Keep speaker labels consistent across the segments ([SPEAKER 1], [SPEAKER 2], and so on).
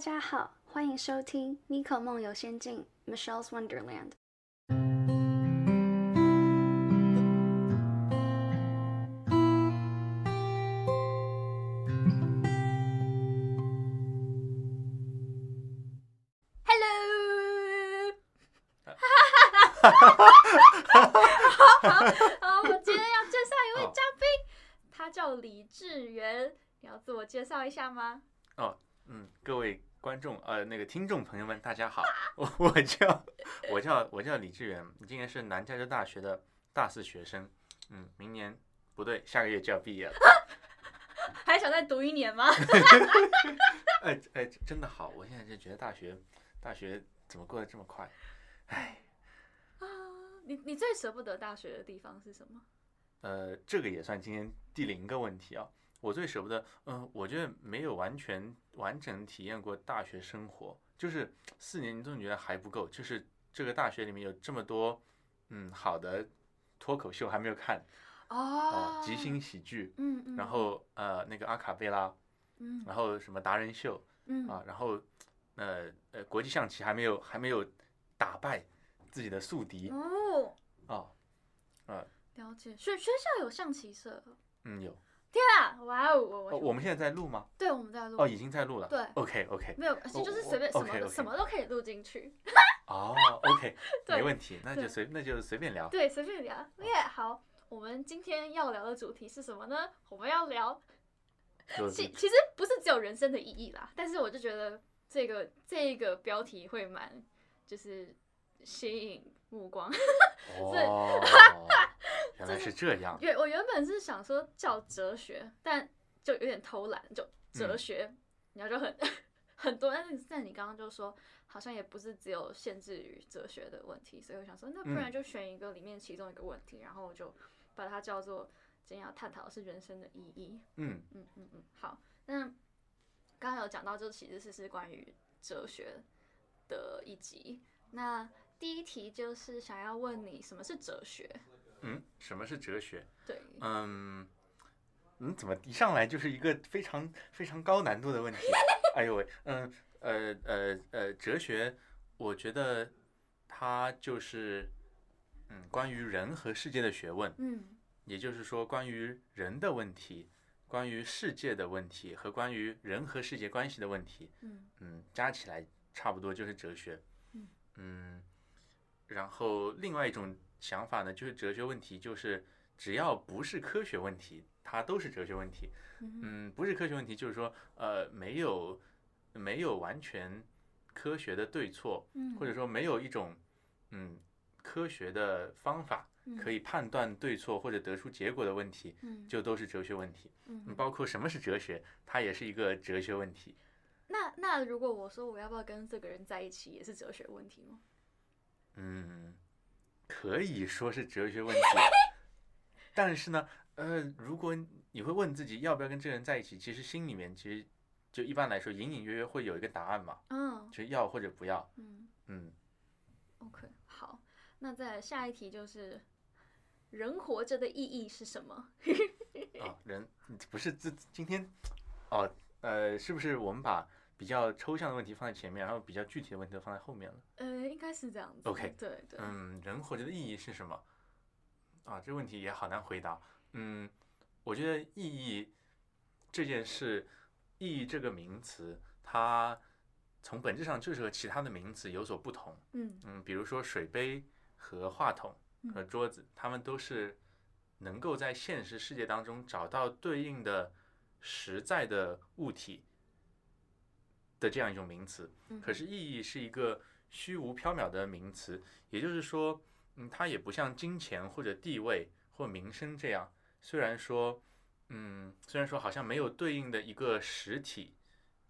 [SPEAKER 1] 家好，欢迎收听《Nico 梦游仙境》（Michelle's Wonderland）。Hello，
[SPEAKER 2] 好，我们今天要介绍一位
[SPEAKER 3] 好
[SPEAKER 2] 嘉宾，他叫李志源。你要自我介绍一下吗？
[SPEAKER 3] 嗯，各位观众呃，那个听众朋友们，大家好，我我叫我叫我叫李志远，今年是南加州大学的大四学生，嗯，明年不对，下个月就要毕业了。
[SPEAKER 2] 还想再读一年吗？
[SPEAKER 3] 哎哎，真的好，我现在就觉得大学大学怎么过得这么快？哎，
[SPEAKER 2] 啊， 你你最舍不得大学的地方是什么？
[SPEAKER 3] 呃，这个也算今天第零个问题啊。我最舍不得，嗯、我觉得没有完全完整体验过大学生活，就是四年，你总觉得还不够，就是这个大学里面有这么多，嗯，好的脱口秀还没有看哦，即兴喜剧，
[SPEAKER 2] 嗯嗯，
[SPEAKER 3] 然后呃那个阿卡贝拉，
[SPEAKER 2] 嗯
[SPEAKER 3] 然后什么达人秀
[SPEAKER 2] 嗯
[SPEAKER 3] 啊，然后呃呃国际象棋还没有还没有打败自己的宿敌
[SPEAKER 2] 哦，
[SPEAKER 3] 啊，
[SPEAKER 2] 了解。学学校有象棋社？
[SPEAKER 3] 嗯有，
[SPEAKER 2] 天啊，哇哦！我
[SPEAKER 3] 哦我们现在在录吗？
[SPEAKER 2] 对我们在录
[SPEAKER 3] 哦，已经在录了，
[SPEAKER 2] 对
[SPEAKER 3] ，OK OK。
[SPEAKER 2] 没有，就是随便什
[SPEAKER 3] 我
[SPEAKER 2] 么
[SPEAKER 3] 哦 OK，OK
[SPEAKER 2] 什么都可以录进去。
[SPEAKER 3] 哦，OK，
[SPEAKER 2] 对
[SPEAKER 3] 没问题，那
[SPEAKER 2] 对
[SPEAKER 3] 就随那就随便聊。
[SPEAKER 2] 对，随便聊。耶、好，我们今天要聊的主题是什么呢？我们要聊
[SPEAKER 3] 就
[SPEAKER 2] 其
[SPEAKER 3] 是
[SPEAKER 2] 其实不是只有人生的意义啦，但是我就觉得这个这个标题会蛮就是吸引目光。
[SPEAKER 3] 哦，原来是这样。
[SPEAKER 2] 原我原本是想说叫哲学，但就有点偷懒，就哲学，然后就很很多。但是但你刚刚就说，好像也不是只有限制于哲学的问题，所以我想说，那不然就选一个里面其中一个问题，然后我就把它叫做今天要探讨的是人生的意义。
[SPEAKER 3] 嗯
[SPEAKER 2] 嗯嗯嗯，好，那刚刚有讲到，就其实是是关于哲学的一集。那第一题就是想要问你，什么是哲学？
[SPEAKER 3] 嗯，什么是哲学？
[SPEAKER 2] 对，
[SPEAKER 3] 嗯，嗯，怎么一上来就是一个非常非常高难度的问题？ 哎呦喂，嗯呃呃呃，哲学，我觉得它就是嗯关于人和世界的学问。
[SPEAKER 2] 嗯
[SPEAKER 3] 也就是说，关于人的问题、关于世界的问题和关于人和世界关系的问题，
[SPEAKER 2] 嗯
[SPEAKER 3] 嗯，加起来差不多就是哲学
[SPEAKER 2] 嗯。
[SPEAKER 3] 嗯，然后另外一种想法呢，就是哲学问题，就是只要不是科学问题，它都是哲学问题。
[SPEAKER 2] 嗯
[SPEAKER 3] 嗯，不是科学问题，就是说，呃，没有没有完全科学的对错，
[SPEAKER 2] 嗯
[SPEAKER 3] 或者说没有一种嗯科学的方法可以判断对错或者得出结果的问题，
[SPEAKER 2] 嗯
[SPEAKER 3] 就都是哲学问题。嗯
[SPEAKER 2] 嗯，
[SPEAKER 3] 包括什么是哲学，它也是一个哲学问题。
[SPEAKER 2] 那那如果我说我要不要跟这个人在一起，也是哲学问题吗？
[SPEAKER 3] 嗯，可以说是哲学问题， 但是呢，呃，如果你会问自己要不要跟这个人在一起，其实心里面其实就一般来说隐隐约约会有一个答案嘛，
[SPEAKER 2] 嗯
[SPEAKER 3] 就是要或者不要。
[SPEAKER 2] 嗯
[SPEAKER 3] 嗯，
[SPEAKER 2] ，OK，好，那再来下一题就是人活着的意义是什么？
[SPEAKER 3] 哦，人不是这今天哦，呃，是不是我们把比较抽象的问题放在前面，然后比较具体的问题都放在后面了？
[SPEAKER 2] 呃，应该是这样子。
[SPEAKER 3] OK，
[SPEAKER 2] 对对，
[SPEAKER 3] 嗯，人活着的意义是什么？啊，这问题也好难回答。嗯，我觉得意义这件事，意义这个名词，它从本质上就是和其他的名词有所不同。
[SPEAKER 2] 嗯
[SPEAKER 3] 嗯，比如说水杯和话筒和
[SPEAKER 2] 嗯
[SPEAKER 3] 桌子，它们都是能够在现实世界当中找到对应的实在的物体的这样一种名词。
[SPEAKER 2] 嗯，
[SPEAKER 3] 可是意义是一个虚无缥缈的名词，也就是说，嗯，它也不像金钱或者地位或名声这样，虽然说，嗯，虽然说好像没有对应的一个实体，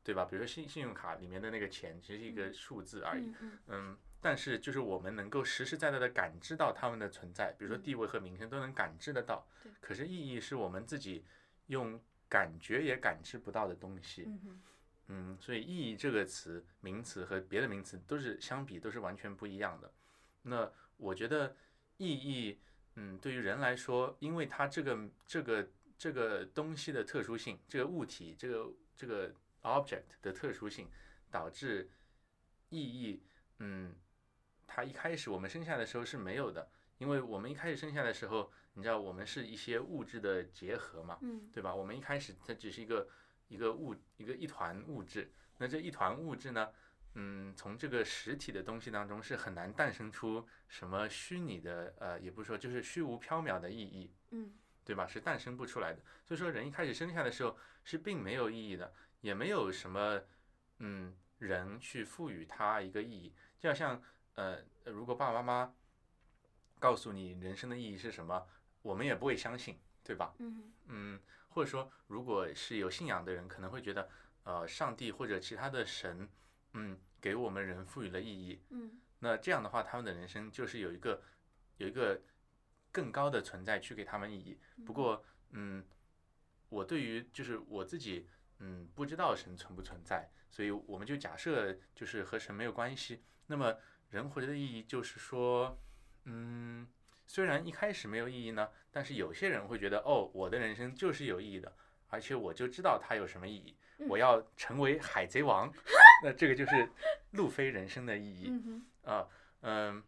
[SPEAKER 3] 对吧？比如说信信用卡里面的那个钱，只是一个
[SPEAKER 2] 嗯
[SPEAKER 3] 数字而已，
[SPEAKER 2] 嗯嗯
[SPEAKER 3] 嗯，但是就是我们能够实实在在的感知到它们的存在，比如说
[SPEAKER 2] 嗯
[SPEAKER 3] 地位和名声都能感知得到
[SPEAKER 2] 对，
[SPEAKER 3] 可是意义是我们自己用感觉也感知不到的东西，
[SPEAKER 2] 嗯哼
[SPEAKER 3] 嗯，所以意义这个词、名词和别的名词都是相比都是完全不一样的。那我觉得意义，嗯，对于人来说，因为它这个这个这个东西的特殊性，这个物体、这个这个 object 的特殊性，导致意义，嗯，它一开始我们生下来的时候是没有的，因为我们一开始生下来的时候，你知道我们是一些物质的结合嘛，
[SPEAKER 2] 嗯，
[SPEAKER 3] 对吧？我们一开始它只是一个一个物一个一团物质，那这一团物质呢，嗯，从这个实体的东西当中是很难诞生出什么虚拟的，呃，也不是说就是虚无缥缈的意义，
[SPEAKER 2] 嗯，
[SPEAKER 3] 对吧？是诞生不出来的。所以说，人一开始生下的时候是并没有意义的，也没有什么嗯人去赋予它一个意义。就好像呃，如果爸爸妈妈告诉你人生的意义是什么，我们也不会相信，对吧？
[SPEAKER 2] 嗯，
[SPEAKER 3] 嗯，或者说，如果是有信仰的人，可能会觉得呃，上帝或者其他的神，嗯，给我们人赋予了意义，
[SPEAKER 2] 嗯，
[SPEAKER 3] 那这样的话，他们的人生就是有一个有一个更高的存在去给他们意义。不过，嗯，我对于就是我自己，嗯，不知道神存不存在，所以我们就假设就是和神没有关系。那么人活着的意义就是说，嗯，虽然一开始没有意义呢，但是有些人会觉得，哦，我的人生就是有意义的，而且我就知道它有什么意义，我
[SPEAKER 2] 嗯
[SPEAKER 3] 要成为海贼王， 那这个就是路飞人生的意义。
[SPEAKER 2] 嗯哼，
[SPEAKER 3] 啊，嗯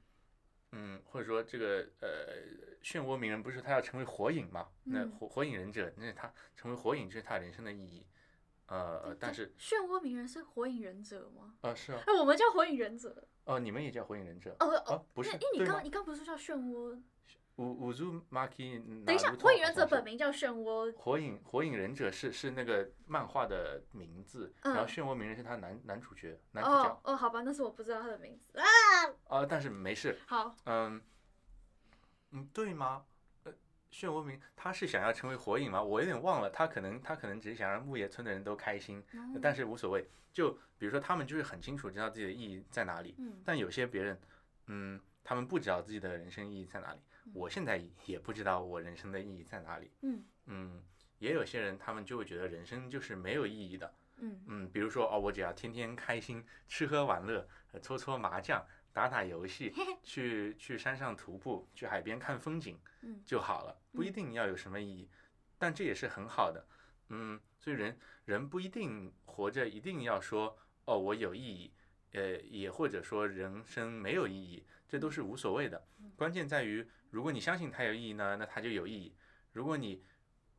[SPEAKER 3] 嗯，或者说这个呃，漩涡鸣人不是他要成为火影嘛？那
[SPEAKER 2] 嗯
[SPEAKER 3] 火火影忍者，那他成为火影就是他人生的意义。呃，但是
[SPEAKER 2] 漩涡鸣人是火影忍者吗？
[SPEAKER 3] 啊，是啊，
[SPEAKER 2] 哎，我们叫火影忍者。
[SPEAKER 3] 哦，你们也叫火影忍者
[SPEAKER 2] 哦
[SPEAKER 3] 啊
[SPEAKER 2] 哦，？
[SPEAKER 3] 不是
[SPEAKER 2] 那，哎，你
[SPEAKER 3] 对吗
[SPEAKER 2] 刚？你刚不是叫漩涡？
[SPEAKER 3] 五五珠 maki，
[SPEAKER 2] 等一下，
[SPEAKER 3] Naruto
[SPEAKER 2] 火影
[SPEAKER 3] 好
[SPEAKER 2] 忍者
[SPEAKER 3] 像是
[SPEAKER 2] 本名叫漩涡。
[SPEAKER 3] 火影火影忍者是是那个漫画的名字，然后
[SPEAKER 2] 嗯
[SPEAKER 3] 漩涡鸣人是他男男主角男主
[SPEAKER 2] 哦
[SPEAKER 3] 角
[SPEAKER 2] 哦，好吧，那是我不知道他的名字啊。
[SPEAKER 3] 啊，但是没事，
[SPEAKER 2] 好，
[SPEAKER 3] 嗯，嗯，对吗？呃，漩涡鸣他是想要成为火影吗？我有点忘了，他可能他可能只是想让木叶村的人都开心，但
[SPEAKER 2] 是
[SPEAKER 3] 是无所谓。就比如说他们就是很清楚知道自己的意义在哪里，
[SPEAKER 2] 嗯
[SPEAKER 3] 但有些别人，嗯，他们不知道自己的人生意义在哪里。我现在也不知道我人生的意义在哪里。
[SPEAKER 2] 嗯
[SPEAKER 3] 嗯，也有些人他们就会觉得人生就是没有意义的。
[SPEAKER 2] 嗯
[SPEAKER 3] 嗯，比如说哦，我只要天天开心，吃喝玩乐，呃搓搓麻将，打打游戏，去去山上徒步，去海边看风景
[SPEAKER 2] 嗯
[SPEAKER 3] 就好了，不一
[SPEAKER 2] 嗯
[SPEAKER 3] 定要有什么意义，但这也是很好的。嗯，所以人人不一定活着一定要说哦，我有意义，呃，也或者说人生没有意义，这都是无所谓的。
[SPEAKER 2] 嗯
[SPEAKER 3] 关键在于，如果你相信它有意义呢，那它就有意义；如果你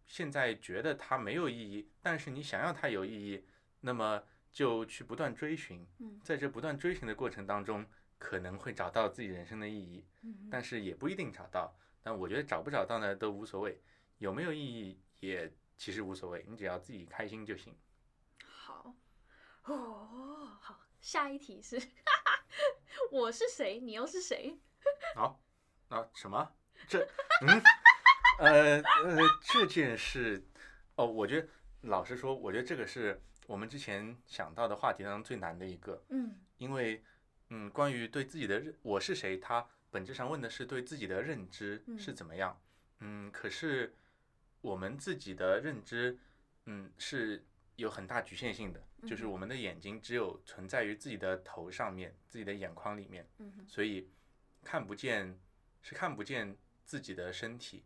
[SPEAKER 3] 现在觉得它没有意义，但是你想要它有意义，那么就去不断追寻。
[SPEAKER 2] 嗯
[SPEAKER 3] 在这不断追寻的过程当中，可能会找到自己人生的意义，
[SPEAKER 2] 嗯，
[SPEAKER 3] 但是也不一定找到。但我觉得找不找到呢都无所谓，有没有意义也其实无所谓，你只要自己开心就行。
[SPEAKER 2] 好，哦，好，下一题是，我是谁，你又是谁？
[SPEAKER 3] 好、啊什么？这嗯呃呃这件事哦，我觉得老实说，我觉得这个是我们之前想到的话题当中最难的一个。
[SPEAKER 2] 嗯
[SPEAKER 3] 因为，嗯，关于对自己的认我是谁，他本质上问的是对自己的认知是
[SPEAKER 2] 嗯
[SPEAKER 3] 怎么样。嗯，可是我们自己的认知，嗯，是有很大局限性的，就
[SPEAKER 2] 嗯
[SPEAKER 3] 是
[SPEAKER 2] 哼
[SPEAKER 3] 我们的眼睛只有存在于自己的头上面，自己的眼眶里面，
[SPEAKER 2] 嗯哼
[SPEAKER 3] 所以看不见，是看不见自己的身体。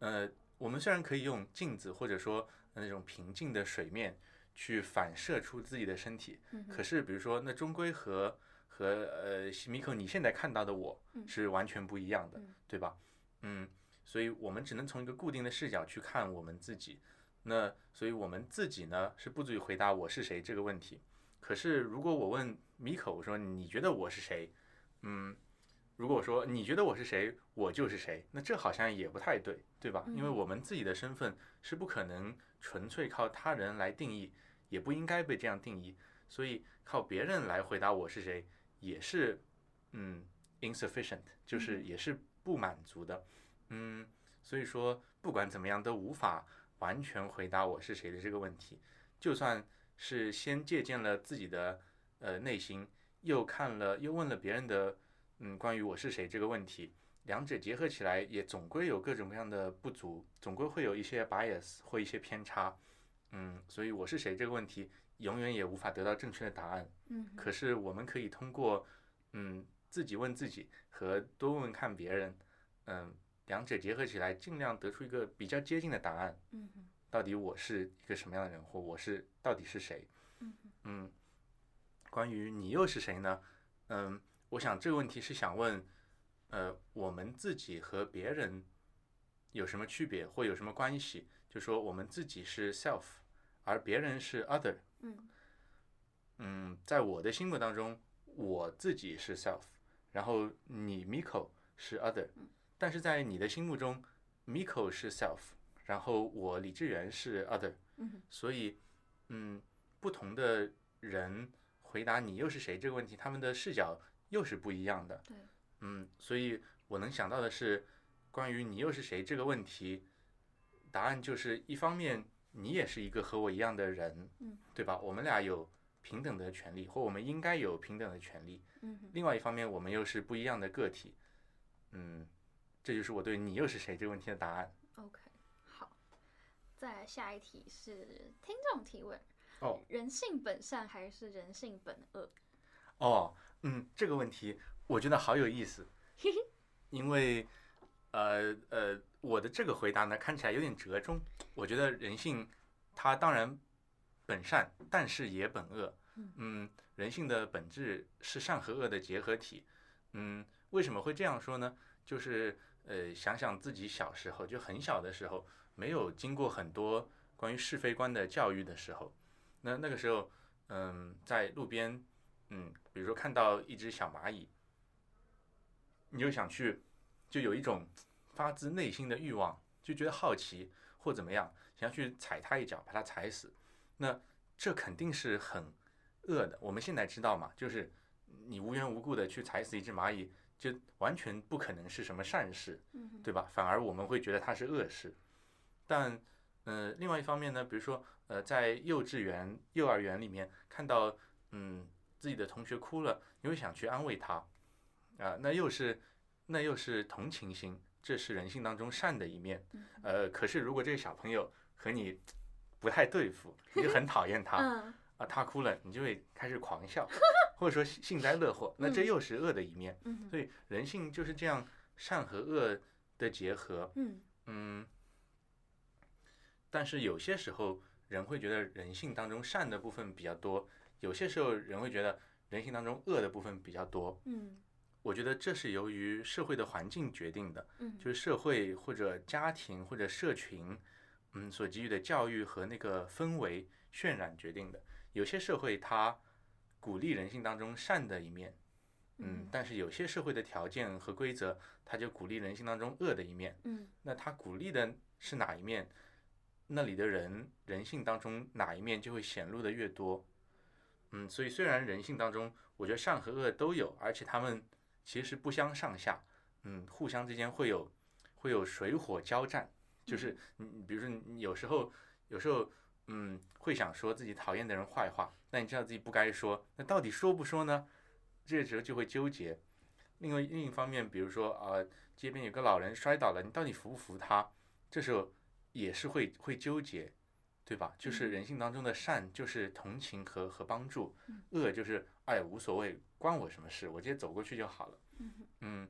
[SPEAKER 3] 呃，我们虽然可以用镜子或者说那种平静的水面去反射出自己的身体，
[SPEAKER 2] 嗯
[SPEAKER 3] 可
[SPEAKER 2] 哼，
[SPEAKER 3] 是，比如说，那终归和和呃西米可你现在看到的我
[SPEAKER 2] 嗯
[SPEAKER 3] 是完全不一样的，
[SPEAKER 2] 嗯
[SPEAKER 3] 对吧？嗯，所以我们只能从一个固定的视角去看我们自己。那所以我们自己呢是不足以回答我是谁这个问题。可是如果我问米可，我说你觉得我是谁？嗯，如果我说你觉得我是谁，我就是谁，那这好像也不太对，对吧？因为
[SPEAKER 2] 嗯
[SPEAKER 3] 我们自己的身份是不可能纯粹靠他人来定义，也不应该被这样定义。所以靠别人来回答我是谁，也是嗯 insufficient，就是
[SPEAKER 2] 嗯
[SPEAKER 3] 也是不满足的。嗯，所以说不管怎么样都无法完全回答我是谁的这个问题。就算是先借鉴了自己的呃内心，又看了又问了别人的嗯关于我是谁这个问题，两者结合起来也总归有各种各样的不足，总归会有一些 bias 或一些偏差。嗯，所以我是谁这个问题永远也无法得到正确的答案。
[SPEAKER 2] 嗯哼，
[SPEAKER 3] 可是我们可以通过嗯自己问自己和多问问看别人，嗯，两者结合起来，尽量得出一个比较接近的答案。
[SPEAKER 2] 嗯哼，
[SPEAKER 3] 到底我是一个什么样的人，或我是到底是谁？
[SPEAKER 2] 嗯哼，
[SPEAKER 3] 嗯，关于你又是谁呢？嗯，我想这个问题是想问，呃，我们自己和别人有什么区别或有什么关系？就说我们自己是 self，而别人是 other。
[SPEAKER 2] 嗯
[SPEAKER 3] 嗯，在我的心目当中，我自己是 self，然后你 Miko 是 other，但
[SPEAKER 2] 嗯
[SPEAKER 3] 是在你的心目中，Miko 是 self，然后我李志源是 other，
[SPEAKER 2] 嗯
[SPEAKER 3] 所以，嗯，不同的人回答你又是谁这个问题，他们的视角又是不一样的。
[SPEAKER 2] 对，
[SPEAKER 3] 嗯，所以我能想到的是，关于你又是谁这个问题，答案就是一方面你也是一个和我一样的人，
[SPEAKER 2] 嗯，
[SPEAKER 3] 对吧？我们俩有平等的权利，或我们应该有平等的权利。
[SPEAKER 2] 嗯哼，
[SPEAKER 3] 另外一方面，我们又是不一样的个体。嗯，这就是我对你又是谁这个问题的答案。
[SPEAKER 2] OK，好，再来下一题是听众提问：
[SPEAKER 3] 哦
[SPEAKER 2] 人性本善还是人性本恶？
[SPEAKER 3] 哦，嗯，这个问题我觉得好有意思，因为呃呃，我的这个回答呢看起来有点折中。我觉得人性它当然本善，但是也本恶
[SPEAKER 2] 嗯。
[SPEAKER 3] 嗯，人性的本质是善和恶的结合体。嗯，为什么会这样说呢？就是呃，想想自己小时候，就很小的时候，没有经过很多关于是非观的教育的时候，那那个时候，嗯，在路边，嗯，比如说看到一只小蚂蚁，你就想去，就有一种发自内心的欲望，就觉得好奇或怎么样，想要去踩它一脚，把它踩死。那这肯定是很恶的。我们现在知道嘛，就是你无缘无故的去踩死一只蚂蚁，就完全不可能是什么善事。
[SPEAKER 2] 嗯哼，
[SPEAKER 3] 对吧？反而我们会觉得它是恶事。但，呃，另外一方面呢，比如说，呃，在幼稚园、幼儿园里面看到，嗯，自己的同学哭了，你会想去安慰他，啊、那又是那又是同情心，这是人性当中善的一面。
[SPEAKER 2] 嗯
[SPEAKER 3] 呃，可是如果这个小朋友和你不太对付，你就很讨厌他，
[SPEAKER 2] 嗯
[SPEAKER 3] 啊，他哭了，你就会开始狂笑，或者说幸幸灾乐祸，那这
[SPEAKER 2] 嗯
[SPEAKER 3] 又是恶的一面。
[SPEAKER 2] 嗯哼
[SPEAKER 3] 所以人性就是这样善和恶的结合，
[SPEAKER 2] 嗯
[SPEAKER 3] 嗯。但是有些时候人会觉得人性当中善的部分比较多，有些时候人会觉得人性当中恶的部分比较多。
[SPEAKER 2] 嗯
[SPEAKER 3] 我觉得这是由于社会的环境决定的，
[SPEAKER 2] 嗯，
[SPEAKER 3] 就是社会或者家庭或者社群，嗯，所给予的教育和那个氛围渲染决定的。有些社会它鼓励人性当中善的一面，嗯
[SPEAKER 2] 嗯，
[SPEAKER 3] 但是有些社会的条件和规则，它就鼓励人性当中恶的一面。
[SPEAKER 2] 嗯
[SPEAKER 3] 那它鼓励的是哪一面？那里的人人性当中哪一面就会显露的越多。嗯，所以虽然人性当中，我觉得善和恶都有，而且他们其实是不相上下，嗯，互相之间会有会有水火交战，就是你你比如说你有时候有时候嗯会想说自己讨厌的人坏话，那你知道自己不该说，那到底说不说呢？这时候就会纠结。另外另一方面，比如说啊、街边有个老人摔倒了，你到底扶不扶他？这时候也是会会纠结，对吧？就是
[SPEAKER 2] 嗯
[SPEAKER 3] 人性当中的善就是同情和和帮助
[SPEAKER 2] 嗯，
[SPEAKER 3] 恶就是哎无所谓，关我什么事？我直接走过去就好了。
[SPEAKER 2] 嗯哼
[SPEAKER 3] 嗯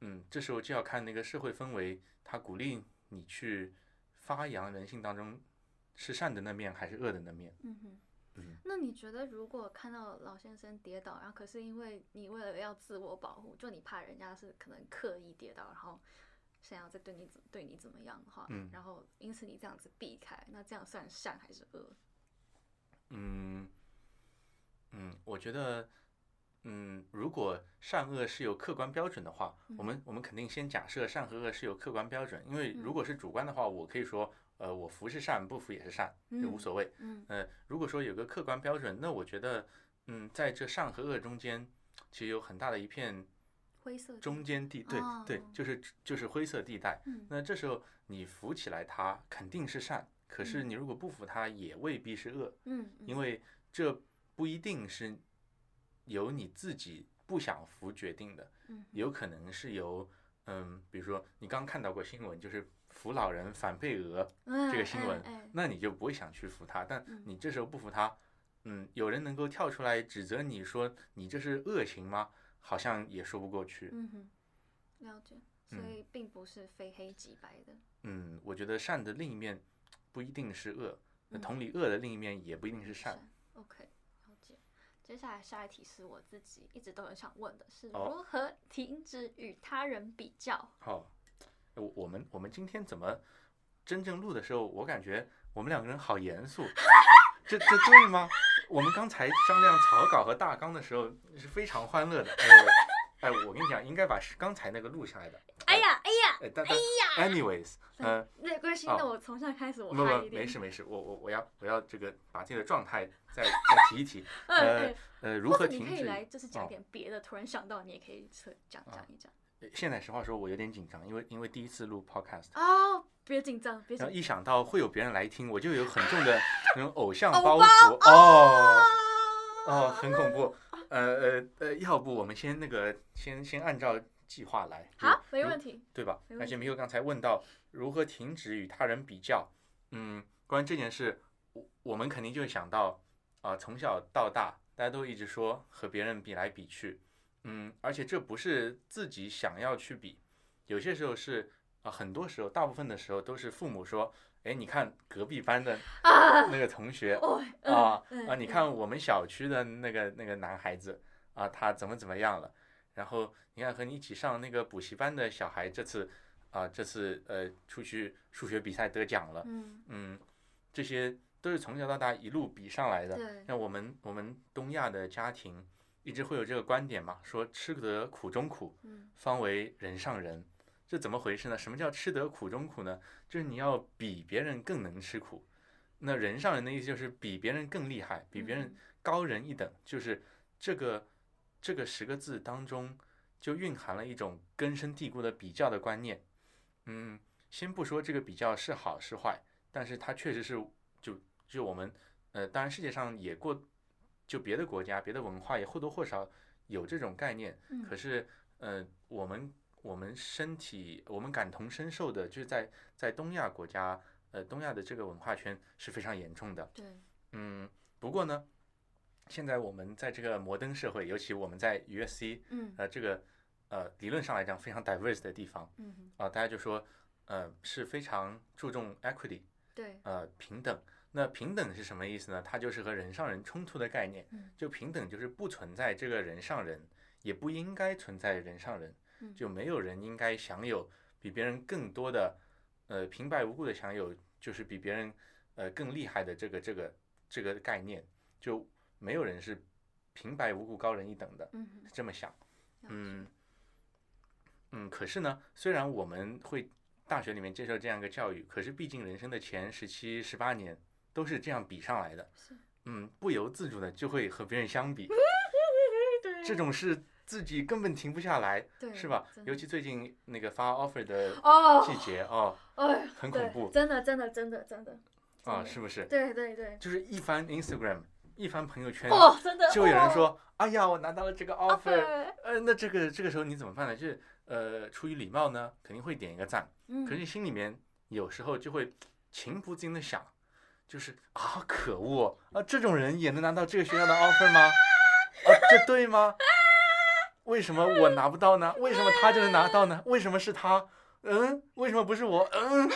[SPEAKER 3] 嗯，这时候就要看那个社会氛围，它鼓励你去发扬人性当中是善的那面还是恶的那面。
[SPEAKER 2] 嗯哼
[SPEAKER 3] 嗯
[SPEAKER 2] 那你觉得，如果看到老先生跌倒，然后可是因为你为了要自我保护，就你怕人家是可能刻意跌倒，然后想要再对你怎对你怎么样的话，
[SPEAKER 3] 嗯
[SPEAKER 2] 然后因此你这样子避开，那这样算善还是恶？
[SPEAKER 3] 嗯嗯，我觉得，嗯，如果善恶是有客观标准的话，我
[SPEAKER 2] 嗯
[SPEAKER 3] 们我们肯定先假设善和恶是有客观标准，因为如果是主观的话，我可以说，呃，我服是善，不服也是善，这无
[SPEAKER 2] 嗯
[SPEAKER 3] 所谓。
[SPEAKER 2] 嗯
[SPEAKER 3] 呃，如果说有个客观标准，那我觉得，嗯，在这善和恶中间，其实有很大的一片
[SPEAKER 2] 灰色地
[SPEAKER 3] 中间地，对对
[SPEAKER 2] 哦，
[SPEAKER 3] 就是就是灰色地带。
[SPEAKER 2] 嗯
[SPEAKER 3] 那这时候你扶起来它肯定是善，可是你如果不扶它，也未必是恶，
[SPEAKER 2] 嗯，嗯
[SPEAKER 3] 因为这不一定是由你自己不想扶决定的，
[SPEAKER 2] 嗯
[SPEAKER 3] 有可能是由嗯，比如说你刚看到过新闻，就是扶老人反被讹，这个新闻
[SPEAKER 2] 哎哎
[SPEAKER 3] 那你就不会想去扶他。但
[SPEAKER 2] 嗯
[SPEAKER 3] 你这时候不扶他，嗯，有人能够跳出来指责你说你这是恶行吗？好像也说不过去。
[SPEAKER 2] 嗯哼，了解，所
[SPEAKER 3] 嗯
[SPEAKER 2] 以并不是非黑即白的。
[SPEAKER 3] 嗯，我觉得善的另一面不一定是恶，那
[SPEAKER 2] 嗯
[SPEAKER 3] 同理恶的另一面也不一定是善。
[SPEAKER 2] OK，了解。接下来下一题是我自己一直都很想问的，是
[SPEAKER 3] 哦
[SPEAKER 2] 如何停止与他人比较？
[SPEAKER 3] 好，我我们我们今天怎么真正录的时候，我感觉我们两个人好严肃， 这这对吗？我们刚才商量草稿和大纲的时候是非常欢乐的。哎， 我哎我跟你讲，应该把是刚才那个录下来的。
[SPEAKER 2] 哎呀，哎呀，
[SPEAKER 3] 哎，但 但 anyways，呃，
[SPEAKER 2] 没关系，
[SPEAKER 3] 哦
[SPEAKER 2] 那我从现在开始我
[SPEAKER 3] 不不
[SPEAKER 2] 嗨一，点。
[SPEAKER 3] 没事没事，我我我要我要这个把自己的状态再再提一提。
[SPEAKER 2] 嗯，
[SPEAKER 3] 呃
[SPEAKER 2] 哎
[SPEAKER 3] 呃，如
[SPEAKER 2] 或
[SPEAKER 3] 何
[SPEAKER 2] 者你
[SPEAKER 3] 停
[SPEAKER 2] 可以
[SPEAKER 3] 止？
[SPEAKER 2] 来就是讲
[SPEAKER 3] 哦啊
[SPEAKER 2] 点别的，突然想到你也可以说讲讲一讲。
[SPEAKER 3] 现在实话说，我有点紧张，因为因为第一次录 podcast，
[SPEAKER 2] 哦，别紧张，别紧
[SPEAKER 3] 然后
[SPEAKER 2] 张。
[SPEAKER 3] 一想到会有别人来听，我就有很重的那种偶像
[SPEAKER 2] 偶
[SPEAKER 3] 包
[SPEAKER 2] 包
[SPEAKER 3] 袱哦哦，很恐怖。呃呃呃，要不我们先那个先先按照计划来，
[SPEAKER 2] 好，没
[SPEAKER 3] 如
[SPEAKER 2] 问题。
[SPEAKER 3] 对吧
[SPEAKER 2] 没？问
[SPEAKER 3] 而且米友刚才问到如何停止与他人比较，嗯，关于这件事，我我们肯定就会想到啊、从小到大大家都一直说和别人比来比去，嗯，而且这不是自己想要去比，有些时候是啊、很多时候，大部分的时候都是父母说，哎，你看隔壁班的
[SPEAKER 2] 啊，
[SPEAKER 3] 那个同学
[SPEAKER 2] 哦，嗯
[SPEAKER 3] 嗯啊
[SPEAKER 2] 嗯
[SPEAKER 3] 啊！你看我们小区的那个那个男孩子啊，他怎么怎么样了？然后你看和你一起上那个补习班的小孩，这次啊，这次呃出去数学比赛得奖了，
[SPEAKER 2] 嗯，
[SPEAKER 3] 嗯，这些都是从小到大一路比上来的。
[SPEAKER 2] 对，
[SPEAKER 3] 像我们我们东亚的家庭一直会有这个观点嘛，说吃得苦中苦，
[SPEAKER 2] 嗯
[SPEAKER 3] 方为人上人。这怎么回事呢？什么叫吃得苦中苦呢？就是你要比别人更能吃苦。那人上人的意思就是比别人更厉害，比别人
[SPEAKER 2] 嗯
[SPEAKER 3] 高人一等。就是这个这个十个字当中就蕴含了一种根深蒂固的比较的观念。嗯，先不说这个比较是好是坏，但是它确实是就就我们呃，当然世界上也过就别的国家、别的文化也或多或少有这种概念。
[SPEAKER 2] 嗯
[SPEAKER 3] 可是，呃，我们我们身体，我们感同身受的，就是在在东亚国家，呃，东亚的这个文化圈是非常严重的。
[SPEAKER 2] 对，
[SPEAKER 3] 嗯，不过呢，现在我们在这个摩登社会，尤其我们在 USC，
[SPEAKER 2] 嗯
[SPEAKER 3] 呃，这个呃理论上来讲非常 diverse 的地方
[SPEAKER 2] 嗯，
[SPEAKER 3] 啊、大家就说，呃，是非常注重 equity，
[SPEAKER 2] 对，
[SPEAKER 3] 呃平等。那平等是什么意思呢？它就是和人上人冲突的概念
[SPEAKER 2] 嗯。
[SPEAKER 3] 就平等就是不存在这个人上人，也不应该存在人上人
[SPEAKER 2] 嗯，
[SPEAKER 3] 就没有人应该享有比别人更多的，呃平白无故的享有，就是比别人呃更厉害的这个这个这个概念，就没有人是平白无故高人一等的。
[SPEAKER 2] 嗯
[SPEAKER 3] 是，这么想。
[SPEAKER 2] 了解
[SPEAKER 3] 嗯，嗯，可是呢，虽然我们会大学里面接受这样一个教育，可是毕竟人生的前十七、十八年都是这样比上来的
[SPEAKER 2] 是，
[SPEAKER 3] 嗯，不由自主的就会和别人相比，
[SPEAKER 2] 对
[SPEAKER 3] 这种是自己根本停不下来，
[SPEAKER 2] 对
[SPEAKER 3] 是吧？
[SPEAKER 2] 真
[SPEAKER 3] 尤
[SPEAKER 2] 的
[SPEAKER 3] 其最近那个发 offer 的
[SPEAKER 2] 哦，
[SPEAKER 3] 季节哦，
[SPEAKER 2] 哎，
[SPEAKER 3] 很
[SPEAKER 2] 对
[SPEAKER 3] 恐怖
[SPEAKER 2] 真的，真的，真的，真的，真
[SPEAKER 3] 啊，
[SPEAKER 2] 的
[SPEAKER 3] 是不是？
[SPEAKER 2] 对对对，
[SPEAKER 3] 就是一翻 Instagram，一翻朋友圈，
[SPEAKER 2] 哦，真的，
[SPEAKER 3] 哎就有人
[SPEAKER 2] 哦
[SPEAKER 3] 说，哎呀，我拿到了这个 offer，
[SPEAKER 2] offer，
[SPEAKER 3] 呃，那这个这个时候你怎么办呢？就是呃，出于礼貌呢，肯定会点一个赞，
[SPEAKER 2] 嗯，
[SPEAKER 3] 可是心里面有时候就会情不自禁的想，就是啊，可恶啊，这种人也能拿到这个学校的 offer 吗？啊，这对吗？为什么我拿不到呢？为什么他就能拿到呢？为什么是他？嗯，为什么不是我？嗯，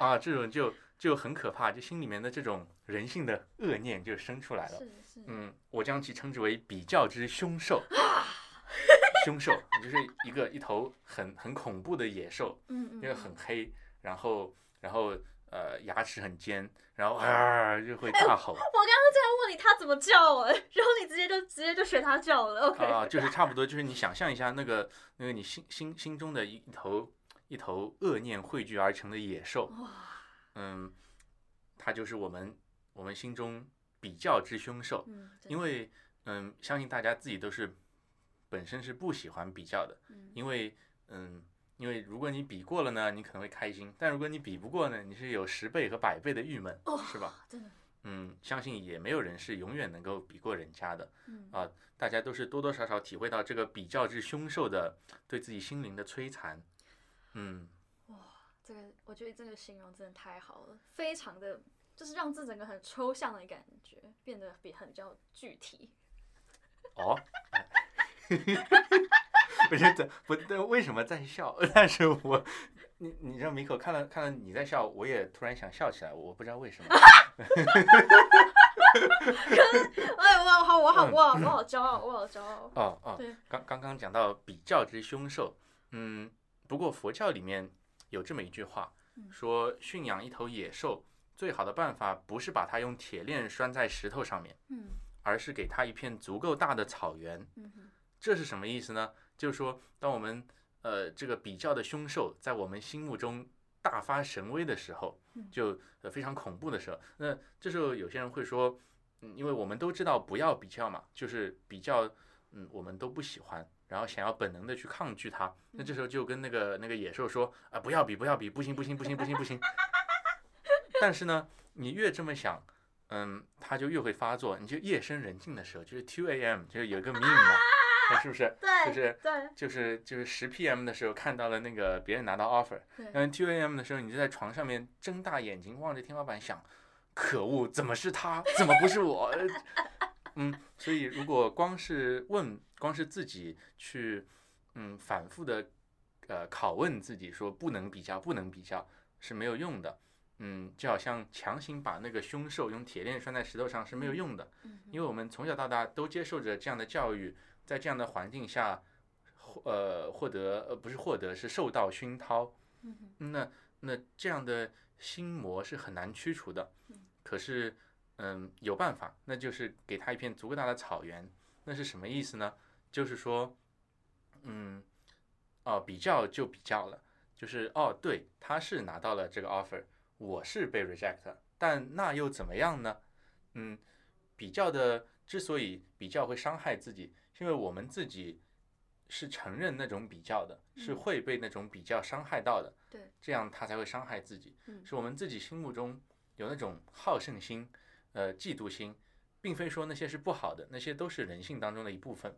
[SPEAKER 3] 啊，这种就就很可怕，就心里面的这种人性的恶念就生出来了。
[SPEAKER 2] 是是，
[SPEAKER 3] 嗯，我将其称之为比较之 凶兽。凶兽就是一个一头很很恐怖的野兽，
[SPEAKER 2] 嗯嗯，
[SPEAKER 3] 因为
[SPEAKER 2] 嗯
[SPEAKER 3] 很黑，然后然后呃牙齿很尖，然后啊就会 大吼
[SPEAKER 2] 我刚刚竟然问你他怎么叫哎、 然后你直接就直接就学他叫了，OK？、
[SPEAKER 3] 啊，就是差不多就是你想象一下那个那个你心心心中的一一头一头恶念汇聚而成的野兽，
[SPEAKER 2] 哇，
[SPEAKER 3] 嗯，它就是我们我们心中比较之凶兽，
[SPEAKER 2] 嗯，
[SPEAKER 3] 因为嗯，相信大家自己都是本身是不喜欢比较的，
[SPEAKER 2] 为
[SPEAKER 3] 因为嗯，因为如果你比过了呢，你可能会开心；但如果你比不过呢，你是有十倍和百倍的郁闷，
[SPEAKER 2] 哦
[SPEAKER 3] 是吧？
[SPEAKER 2] 真的，
[SPEAKER 3] 嗯，相信也没有人是永远能够比过人家的，
[SPEAKER 2] 嗯
[SPEAKER 3] 啊大家都是多多少少体会到这个比较之凶兽的对自己心灵的摧残。嗯，
[SPEAKER 2] 这个我觉得这个形容真的太好了，非常的就是让这整个很抽象的感觉变得比很比较具体。
[SPEAKER 3] 哦。 我觉得不对，为什么在笑？ 但是我，你你让米可看了看了你在笑，我也突然想笑起来，我不知道为什么。
[SPEAKER 2] 哎，我好，我
[SPEAKER 3] 嗯
[SPEAKER 2] 好，我好，我好骄傲，我好骄傲。
[SPEAKER 3] 哦哦
[SPEAKER 2] 对，
[SPEAKER 3] 刚刚刚讲到比较之凶兽，嗯，不过佛教里面有这么一句话，
[SPEAKER 2] 嗯
[SPEAKER 3] 说驯养一头野兽，最好的办法不是把它用铁链拴在石头上面，
[SPEAKER 2] 嗯
[SPEAKER 3] 而是给它一片足够大的草原。
[SPEAKER 2] 嗯哼
[SPEAKER 3] 这是什么意思呢？就是说，当我们呃这个比较的凶兽在我们心目中大发神威的时候
[SPEAKER 2] 嗯，
[SPEAKER 3] 就呃非常恐怖的时候，那这时候有些人会说，嗯，因为我们都知道不要比较嘛，就是比较，嗯，我们都不喜欢，然后想要本能的去抗拒它，那这时候就跟那个那个野兽说啊，不要比，不要比，不行，不行，不行，不行，不行。但是呢，你越这么想。嗯，它就越会发作。你就夜深人静的时候，就是 two a.m.，就是有一个 meme 嘛，那是不是？
[SPEAKER 2] 对，
[SPEAKER 3] 就是
[SPEAKER 2] 对，
[SPEAKER 3] 就是就是十 PM 的时候看到了那个别人拿到 offer，
[SPEAKER 2] 对
[SPEAKER 3] 然后 two AM 的时候你就在床上面睁大眼睛望着天花板想，可恶，怎么是他，怎么不是我？ 呃嗯，所以如果光是问，光是自己去，嗯，反复的呃拷问自己说不能比较，不能比较是没有用的。嗯，就好像强行把那个凶兽用铁链拴在石头上是没有用的，
[SPEAKER 2] 嗯哼
[SPEAKER 3] 因为我们从小到大都接受着这样的教育，在这样的环境下，获呃，获得呃不是获得是受到熏陶，
[SPEAKER 2] 嗯哼
[SPEAKER 3] 那那这样的心魔是很难驱除的
[SPEAKER 2] 嗯。
[SPEAKER 3] 可是，嗯，有办法，那就是给他一片足够大的草原。那是什么意思呢？就是说，嗯，哦，比较就比较了，就是哦，对，他是拿到了这个 offer，我是被 reject，了但那又怎么样呢？嗯，比较的之所以比较会伤害自己，是因为我们自己是承认那种比较的，是
[SPEAKER 2] 嗯
[SPEAKER 3] 会被那种比较伤害到的。
[SPEAKER 2] 对，
[SPEAKER 3] 这样他才会伤害自己。
[SPEAKER 2] 嗯
[SPEAKER 3] 是我们自己心目中有那种好胜心，呃，嫉妒心，并非说那些是不好的，那些都是人性当中的一部分，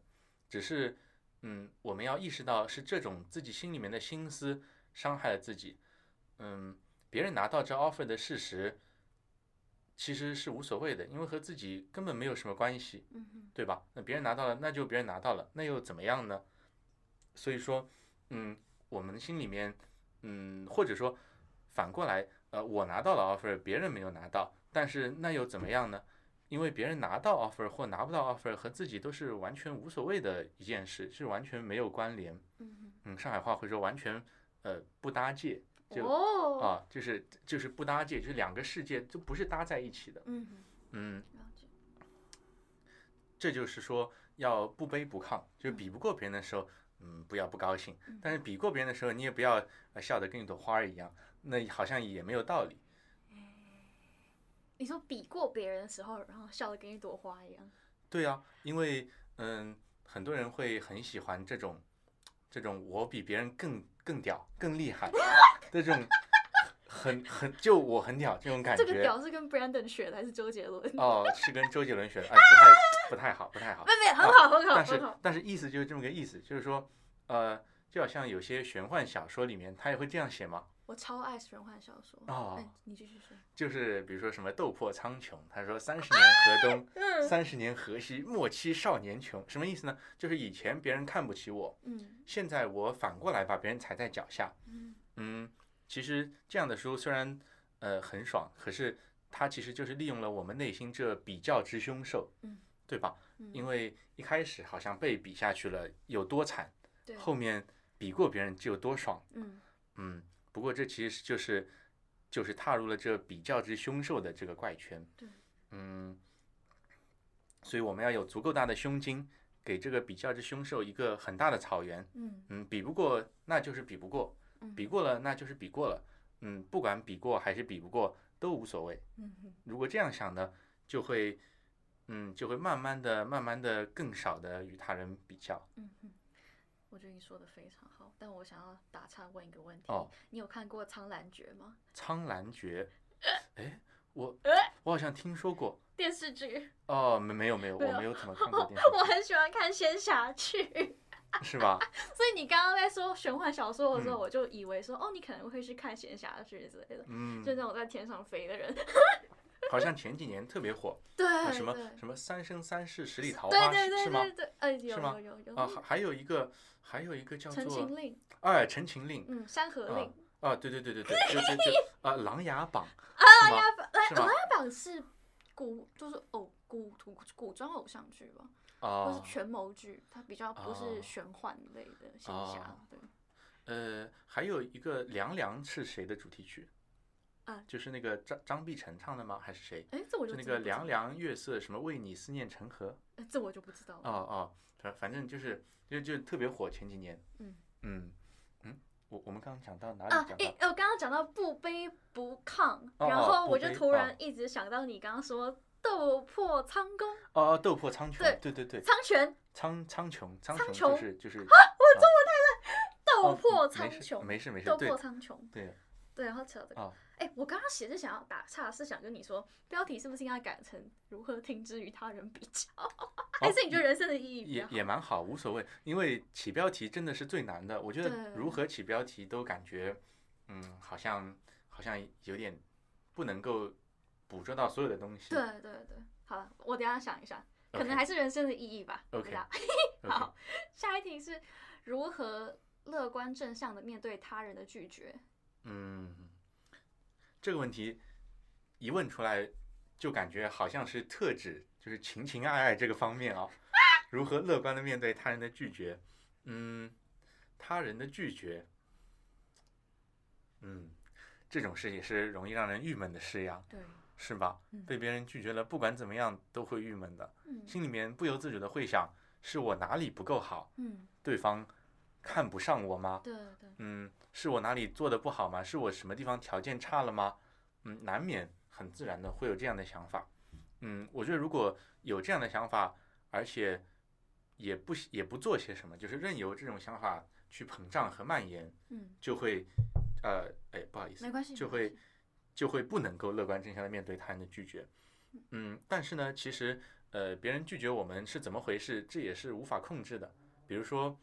[SPEAKER 3] 只是，嗯，我们要意识到是这种自己心里面的心思伤害了自己，嗯，别人拿到这 offer 的事实，其实是无所谓的，因为和自己根本没有什么关系，
[SPEAKER 2] 嗯哼
[SPEAKER 3] 对吧？那别人拿到了，那就别人拿到了，那又怎么样呢？所以说，嗯，我们心里面，嗯，或者说反过来，呃，我拿到了 offer，别人没有拿到，但是那又怎么样呢？因为别人拿到 offer 或拿不到 offer 和自己都是完全无所谓的一件事，是完全没有关联。
[SPEAKER 2] 嗯
[SPEAKER 3] 嗯，上海话会说完全呃不搭界，
[SPEAKER 2] 哼，
[SPEAKER 3] 就
[SPEAKER 2] 哦，
[SPEAKER 3] 啊，就是就是不搭界，就是两个世界就不是搭在一起的。
[SPEAKER 2] 嗯哼，
[SPEAKER 3] 嗯，
[SPEAKER 2] 了解，
[SPEAKER 3] 这就是说要不卑不亢，就是比不过别人的时候，嗯，不要不高兴
[SPEAKER 2] 嗯；
[SPEAKER 3] 但是比过别人的时候，你也不要呃笑得跟一朵花儿一样，那好像也没有道理。
[SPEAKER 2] 你说比过别人的时候，然后笑得跟一朵花一样，
[SPEAKER 3] 对啊，因为嗯，很多人会很喜欢这种这种我比别人更更屌、更厉害这种很很就我很屌这种感
[SPEAKER 2] 这个
[SPEAKER 3] 觉。
[SPEAKER 2] 屌是跟 Brandon 学的还是周杰伦？没
[SPEAKER 3] 哦，是跟周杰伦学的，哎，不太不太好，不太好。
[SPEAKER 2] 没，很好，很好，
[SPEAKER 3] 但
[SPEAKER 2] 很
[SPEAKER 3] 是
[SPEAKER 2] 好。
[SPEAKER 3] 但是意思就是这么个意思，就是说，呃，就好像有些玄幻小说里面，他也会这样写嘛，
[SPEAKER 2] 我超爱玄幻小说。
[SPEAKER 3] 哦
[SPEAKER 2] 哎，你继续说。
[SPEAKER 3] 就是比如说什么斗破苍穹，他说三十年河东，
[SPEAKER 2] 嗯
[SPEAKER 3] 三十年河西，莫欺少年穷，什么意思呢？就是以前别人看不起我，
[SPEAKER 2] 嗯
[SPEAKER 3] 现在我反过来把别人踩在脚下。
[SPEAKER 2] 嗯
[SPEAKER 3] 嗯，其实这样的书虽然呃很爽，可是它其实就是利用了我们内心这比较之凶兽，
[SPEAKER 2] 嗯，
[SPEAKER 3] 对吧？
[SPEAKER 2] 嗯，
[SPEAKER 3] 因为一开始好像被比下去了有多惨，
[SPEAKER 2] 对
[SPEAKER 3] 后面比过别人就有多爽。
[SPEAKER 2] 嗯
[SPEAKER 3] 嗯，不过这其实就是就是踏入了这比较之凶兽的这个怪圈。
[SPEAKER 2] 对，
[SPEAKER 3] 嗯，所以我们要有足够大的胸襟，给这个比较之凶兽一个很大的草原。
[SPEAKER 2] 嗯
[SPEAKER 3] 嗯，比不过那就是比不过，
[SPEAKER 2] 嗯，
[SPEAKER 3] 比过了那就是比过了。嗯，不管比过还是比不过都无所谓。
[SPEAKER 2] 嗯哼
[SPEAKER 3] 如果这样想呢，就会，嗯，就会慢慢的、慢慢的更少的与他人比较。
[SPEAKER 2] 嗯哼，我觉得你说的非常好，但我想要打岔问一个问题。
[SPEAKER 3] 哦，
[SPEAKER 2] 你有看过《苍兰诀》吗？
[SPEAKER 3] 苍 兰诀，哎，我
[SPEAKER 2] 呃
[SPEAKER 3] 我好像听说过，
[SPEAKER 2] 电视剧，
[SPEAKER 3] 哦，没没有没有，
[SPEAKER 2] 没
[SPEAKER 3] 我
[SPEAKER 2] 有
[SPEAKER 3] 没有怎么看过
[SPEAKER 2] 我
[SPEAKER 3] 电视
[SPEAKER 2] 我很喜欢看仙侠剧，
[SPEAKER 3] 剧，是吧？
[SPEAKER 2] 所以你刚刚在说玄幻小说的时候，
[SPEAKER 3] 嗯
[SPEAKER 2] 我就以为说，哦，你可能会去看仙侠剧之类的，
[SPEAKER 3] 嗯
[SPEAKER 2] 就，那种在天上飞的人。
[SPEAKER 3] 好像前几年特别 火，
[SPEAKER 2] 对，
[SPEAKER 3] 啊什么
[SPEAKER 2] 嗯对
[SPEAKER 3] 什么三生三世十里桃
[SPEAKER 2] 对
[SPEAKER 3] 花
[SPEAKER 2] 对
[SPEAKER 3] 是
[SPEAKER 2] 对
[SPEAKER 3] 是吗
[SPEAKER 2] 对？对，呃，有
[SPEAKER 3] 是吗
[SPEAKER 2] 有有有
[SPEAKER 3] 啊，还还有一个还有一个叫
[SPEAKER 2] 陈情
[SPEAKER 3] 做
[SPEAKER 2] 令，
[SPEAKER 3] 哎《陈情令》
[SPEAKER 2] 嗯，山河
[SPEAKER 3] 啊
[SPEAKER 2] 令，
[SPEAKER 3] 啊，对对对对对，就就就啊《琅琊榜》是吗？是
[SPEAKER 2] 琅
[SPEAKER 3] 吗？
[SPEAKER 2] 琊榜是古就是偶古古古装偶像剧吧，或啊是
[SPEAKER 3] 哦，
[SPEAKER 2] 权谋剧，它比较不
[SPEAKER 3] 哦
[SPEAKER 2] 是玄幻类的仙侠
[SPEAKER 3] 哦，
[SPEAKER 2] 对，
[SPEAKER 3] 呃，还有一个《凉凉》是谁的主题曲？
[SPEAKER 2] 啊
[SPEAKER 3] 就是那个张张碧晨唱的吗？还是谁？
[SPEAKER 2] 哎，这我
[SPEAKER 3] 就
[SPEAKER 2] 就
[SPEAKER 3] 那
[SPEAKER 2] 真的
[SPEAKER 3] 个
[SPEAKER 2] 不
[SPEAKER 3] 《
[SPEAKER 2] 知道
[SPEAKER 3] 凉，凉月色》什么为你思念成河？
[SPEAKER 2] 哎这我就不知道
[SPEAKER 3] 哦
[SPEAKER 2] 了。
[SPEAKER 3] 哦，反反正就是就就特别火前几年。
[SPEAKER 2] 嗯
[SPEAKER 3] 嗯嗯，我我们刚刚讲到哪里
[SPEAKER 2] 啊
[SPEAKER 3] 讲，到
[SPEAKER 2] 哎？，我刚刚讲到不卑不亢，
[SPEAKER 3] 哦
[SPEAKER 2] 然
[SPEAKER 3] 哦
[SPEAKER 2] 后
[SPEAKER 3] 不
[SPEAKER 2] 我就
[SPEAKER 3] 卑
[SPEAKER 2] 突然
[SPEAKER 3] 哦
[SPEAKER 2] 一直想到你刚刚说斗破苍宫、
[SPEAKER 3] 哦哦，斗破苍穹，对对对，
[SPEAKER 2] 苍穹、
[SPEAKER 3] 苍苍穹，苍
[SPEAKER 2] 苍
[SPEAKER 3] 穹
[SPEAKER 2] 穹啊
[SPEAKER 3] 就是就是啊
[SPEAKER 2] 斗
[SPEAKER 3] 哦
[SPEAKER 2] 破
[SPEAKER 3] 没
[SPEAKER 2] 苍
[SPEAKER 3] 事
[SPEAKER 2] 穹、
[SPEAKER 3] 没事没事，
[SPEAKER 2] 斗
[SPEAKER 3] 对
[SPEAKER 2] 破苍穹，
[SPEAKER 3] 对
[SPEAKER 2] 对，然后扯到这个，
[SPEAKER 3] 哦
[SPEAKER 2] 哎、我刚刚其实想要打岔，是想跟你说，标题是不是应该改成“如何听之于他人比较”？还哎是你觉得人生的意义比
[SPEAKER 3] 哦也
[SPEAKER 2] 较好？
[SPEAKER 3] 也蛮好，无所谓，因为起标题真的是最难的。我觉得
[SPEAKER 2] 对
[SPEAKER 3] 如何起标题都感觉，嗯，好像好像有点不能够捕捉到所有的东西。
[SPEAKER 2] 对对对，好了，我等一下想一想，可
[SPEAKER 3] OK
[SPEAKER 2] 能还是人生的意义吧。不
[SPEAKER 3] OK
[SPEAKER 2] 知道
[SPEAKER 3] OK，
[SPEAKER 2] 好，下一题是如何乐观正向的面对他人的拒绝？
[SPEAKER 3] 嗯，这个问题一问出来，就感觉好像是特指就是情情爱爱这个方面啊，如何乐观的面对他人的拒绝？嗯，他人的拒绝，嗯，这种事也是容易让人郁闷的事呀，
[SPEAKER 2] 对，
[SPEAKER 3] 是吧
[SPEAKER 2] 嗯？
[SPEAKER 3] 被别人拒绝了，不管怎么样都会郁闷的，
[SPEAKER 2] 嗯
[SPEAKER 3] 心里面不由自主的会想：是我哪里不够好？
[SPEAKER 2] 嗯，
[SPEAKER 3] 对方看不上我吗？
[SPEAKER 2] 对对，
[SPEAKER 3] 嗯，是我哪里做的不好吗？是我什么地方条件差了吗？嗯，难免很自然的会有这样的想法。嗯，我觉得如果有这样的想法，而且也不也不做些什么，就是任由这种想法去膨胀和蔓延，
[SPEAKER 2] 嗯，
[SPEAKER 3] 就会，呃，哎，不好意思
[SPEAKER 2] 没，关系，
[SPEAKER 3] 就
[SPEAKER 2] 没关
[SPEAKER 3] 会
[SPEAKER 2] 系
[SPEAKER 3] 就会不能够乐观正向的面对他人的拒绝。嗯，但是呢，其实呃，别人拒绝我们是怎么回事，这也是无法控制的。比如说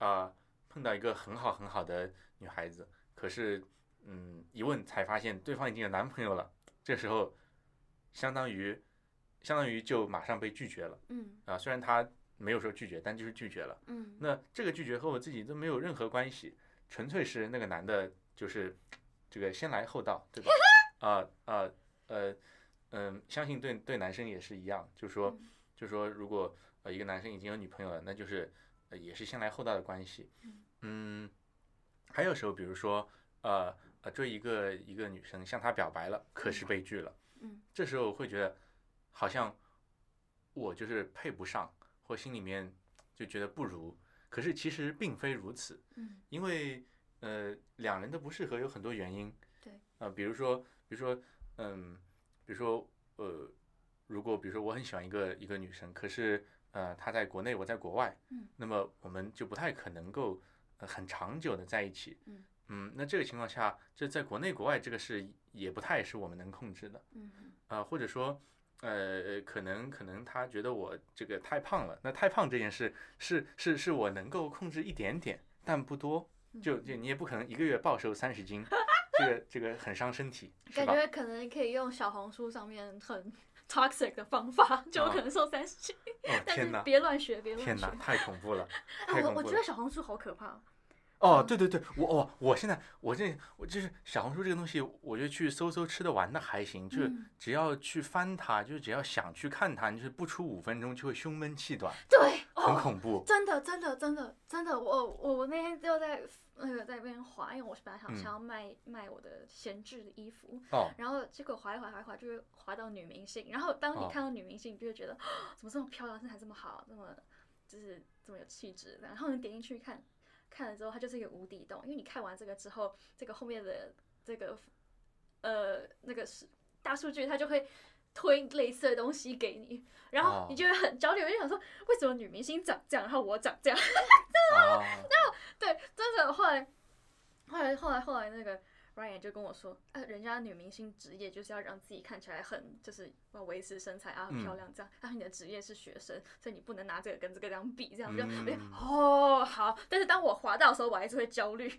[SPEAKER 3] 啊、碰到一个很好很好的女孩子，可是嗯，一问才发现对方已经有男朋友了，这时候相当于相当于就马上被拒绝了
[SPEAKER 2] 嗯
[SPEAKER 3] 啊、虽然她没有说拒绝，但就是拒绝了。
[SPEAKER 2] 嗯
[SPEAKER 3] 那这个拒绝和我自己都没有任何关系，纯粹是那个男的，就是这个先来后到，对吧？ 啊啊呃嗯，相信对对男生也是一样，就说
[SPEAKER 2] 嗯
[SPEAKER 3] 就说如果呃一个男生已经有女朋友了，那就是、呃也是先来后到的关系
[SPEAKER 2] 嗯。
[SPEAKER 3] 嗯，还有时候比如说呃呃追一个一个女生向她表白了，可是被拒了。
[SPEAKER 2] 嗯
[SPEAKER 3] 这时候我会觉得好像我就是配不上，或心里面就觉得不如。可是其实并非如此，
[SPEAKER 2] 嗯
[SPEAKER 3] 因为呃两人的不适合有很多原因。
[SPEAKER 2] 对
[SPEAKER 3] 呃，比如说，比如说，嗯，比如说呃，如果比如说我很喜欢一个一个女生，可是呃她在国内，我在国外，
[SPEAKER 2] 嗯
[SPEAKER 3] 那么我们就不太可能够、呃、很长久的在一起。
[SPEAKER 2] 嗯
[SPEAKER 3] 嗯，那这个情况下，这在国内国外这个事也不太是我们能控制的。
[SPEAKER 2] 嗯
[SPEAKER 3] 啊，或者说，呃，可能可能他觉得我这个太胖了，那太胖这件事是是是我能够控制一点点，但不多，
[SPEAKER 2] 嗯，
[SPEAKER 3] 就就你也不可能一个月暴瘦三十斤， 这个这个很伤身体，是
[SPEAKER 2] 感
[SPEAKER 3] 吧？
[SPEAKER 2] 觉可能可以用小红书上面很 toxic 的方法，就有可能瘦三十斤，
[SPEAKER 3] 哦
[SPEAKER 2] 但
[SPEAKER 3] 天
[SPEAKER 2] 是
[SPEAKER 3] 哪，
[SPEAKER 2] 别乱学，别
[SPEAKER 3] 天
[SPEAKER 2] 乱学
[SPEAKER 3] 哪，。太 恐怖了，太
[SPEAKER 2] 哎，我
[SPEAKER 3] 恐
[SPEAKER 2] 我
[SPEAKER 3] 怖
[SPEAKER 2] 觉
[SPEAKER 3] 了
[SPEAKER 2] 得。小红书好可怕。
[SPEAKER 3] 哦，
[SPEAKER 2] 嗯
[SPEAKER 3] 对对对，我哦，我现在我这我就是小红书这个东西，我就去搜搜吃的玩的还行，就是
[SPEAKER 2] 嗯
[SPEAKER 3] 只要去翻它，就是只要想去看它，你就是不出五分钟就会胸闷气短，
[SPEAKER 2] 对，
[SPEAKER 3] 很
[SPEAKER 2] 哦，
[SPEAKER 3] 恐怖。
[SPEAKER 2] 真的，真的，真的，真的，我我我那天就在那个在那边划，因为我是本来想
[SPEAKER 3] 嗯
[SPEAKER 2] 想要卖卖我的闲置的衣服，
[SPEAKER 3] 哦，
[SPEAKER 2] 然后结果划一划划一划，就会划到女明星。然后当你
[SPEAKER 3] 哦
[SPEAKER 2] 看到女明星，你就会觉得、怎么这么漂亮，身材这么好，这么就是这么有气质。然后你点进去看，看了之后，它就是一个无底洞，因为你看完这个之后，这个后面的这个呃那个是大数据，它就会。推类似的东西给你，然后
[SPEAKER 3] 哦
[SPEAKER 2] 你就会很焦虑，我就想说，为什么女明星长这样，然后我长这样？
[SPEAKER 3] 啊，
[SPEAKER 2] 对，真的后来，后来后来后来那个 Ryan 就跟我说，呃，人家女明星职业就是要让自己看起来很，就是要维持身材啊，很漂
[SPEAKER 3] 嗯
[SPEAKER 2] 亮这样。然后你的职业是学生，所以你不能拿这个跟这个这样比，这样就、我就
[SPEAKER 3] 嗯
[SPEAKER 2] 哦好。但是当我滑到的时候，我还是会焦虑。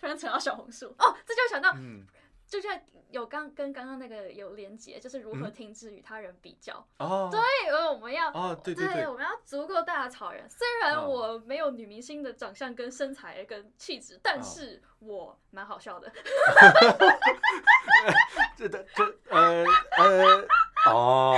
[SPEAKER 2] 突然扯到小红书哦，这就想到
[SPEAKER 3] 嗯，
[SPEAKER 2] 就像有刚跟刚刚那个有连结，就是如
[SPEAKER 3] 嗯
[SPEAKER 2] 何停止与他人比较。
[SPEAKER 3] 哦，
[SPEAKER 2] 对，呃我们要
[SPEAKER 3] 哦，对对对
[SPEAKER 2] 我，们要足够大的草原。虽然
[SPEAKER 3] 嗯
[SPEAKER 2] 我没有女明星的长相、跟身材、跟气质，
[SPEAKER 3] 哦
[SPEAKER 2] 但是我蛮好笑的。
[SPEAKER 3] 这这这呃呃， 哦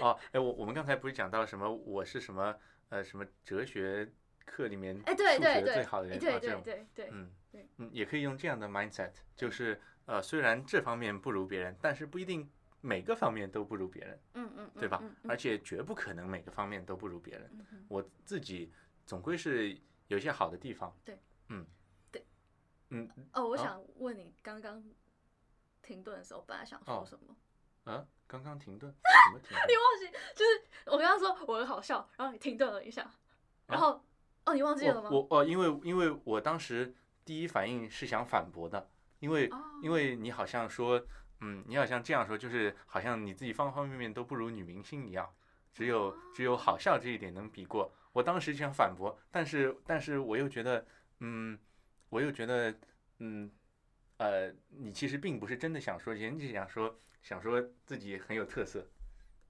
[SPEAKER 3] 哦，哎，我我们刚才不是讲到什么我是什么呃什么哲学课里面
[SPEAKER 2] 哎、对
[SPEAKER 3] 数学
[SPEAKER 2] 对对，
[SPEAKER 3] 最好的人
[SPEAKER 2] 哎
[SPEAKER 3] 啊
[SPEAKER 2] 对
[SPEAKER 3] 这
[SPEAKER 2] 对
[SPEAKER 3] 种，
[SPEAKER 2] 对对，
[SPEAKER 3] 嗯
[SPEAKER 2] 对
[SPEAKER 3] 嗯，也可以用这样的 mindset，就是呃虽然这方面不如别人，但是不一定每个方面都不如别人，
[SPEAKER 2] 嗯嗯，嗯
[SPEAKER 3] 对吧？
[SPEAKER 2] 嗯嗯
[SPEAKER 3] 而且绝不可能每个方面都不如别人。
[SPEAKER 2] 嗯嗯
[SPEAKER 3] 我自己总归是有一些好的地方。
[SPEAKER 2] 对，
[SPEAKER 3] 嗯，
[SPEAKER 2] 对，
[SPEAKER 3] 嗯
[SPEAKER 2] 哦，我
[SPEAKER 3] 好
[SPEAKER 2] 想问你，刚刚停顿的时候，本来想说
[SPEAKER 3] 哦
[SPEAKER 2] 什么？
[SPEAKER 3] 啊，刚刚停顿，什么停顿？
[SPEAKER 2] 忘记，就是我刚刚说我很好笑，然后你停顿了一下，然后、哦，你忘记了吗？
[SPEAKER 3] 啊我我哦，因为因为我当时第一反应是想反驳的，因为、
[SPEAKER 2] 哦
[SPEAKER 3] 因为你好像说，嗯，你好像这样说，就是好像你自己方方面面都不如女明星一样，只
[SPEAKER 2] 哦
[SPEAKER 3] 有只有好笑这一点能比过。我当时想反驳，但是但是我又觉得，嗯，我又觉得，嗯，呃，你其实并不是真的想说这些，你只是想说想说自己很有特色，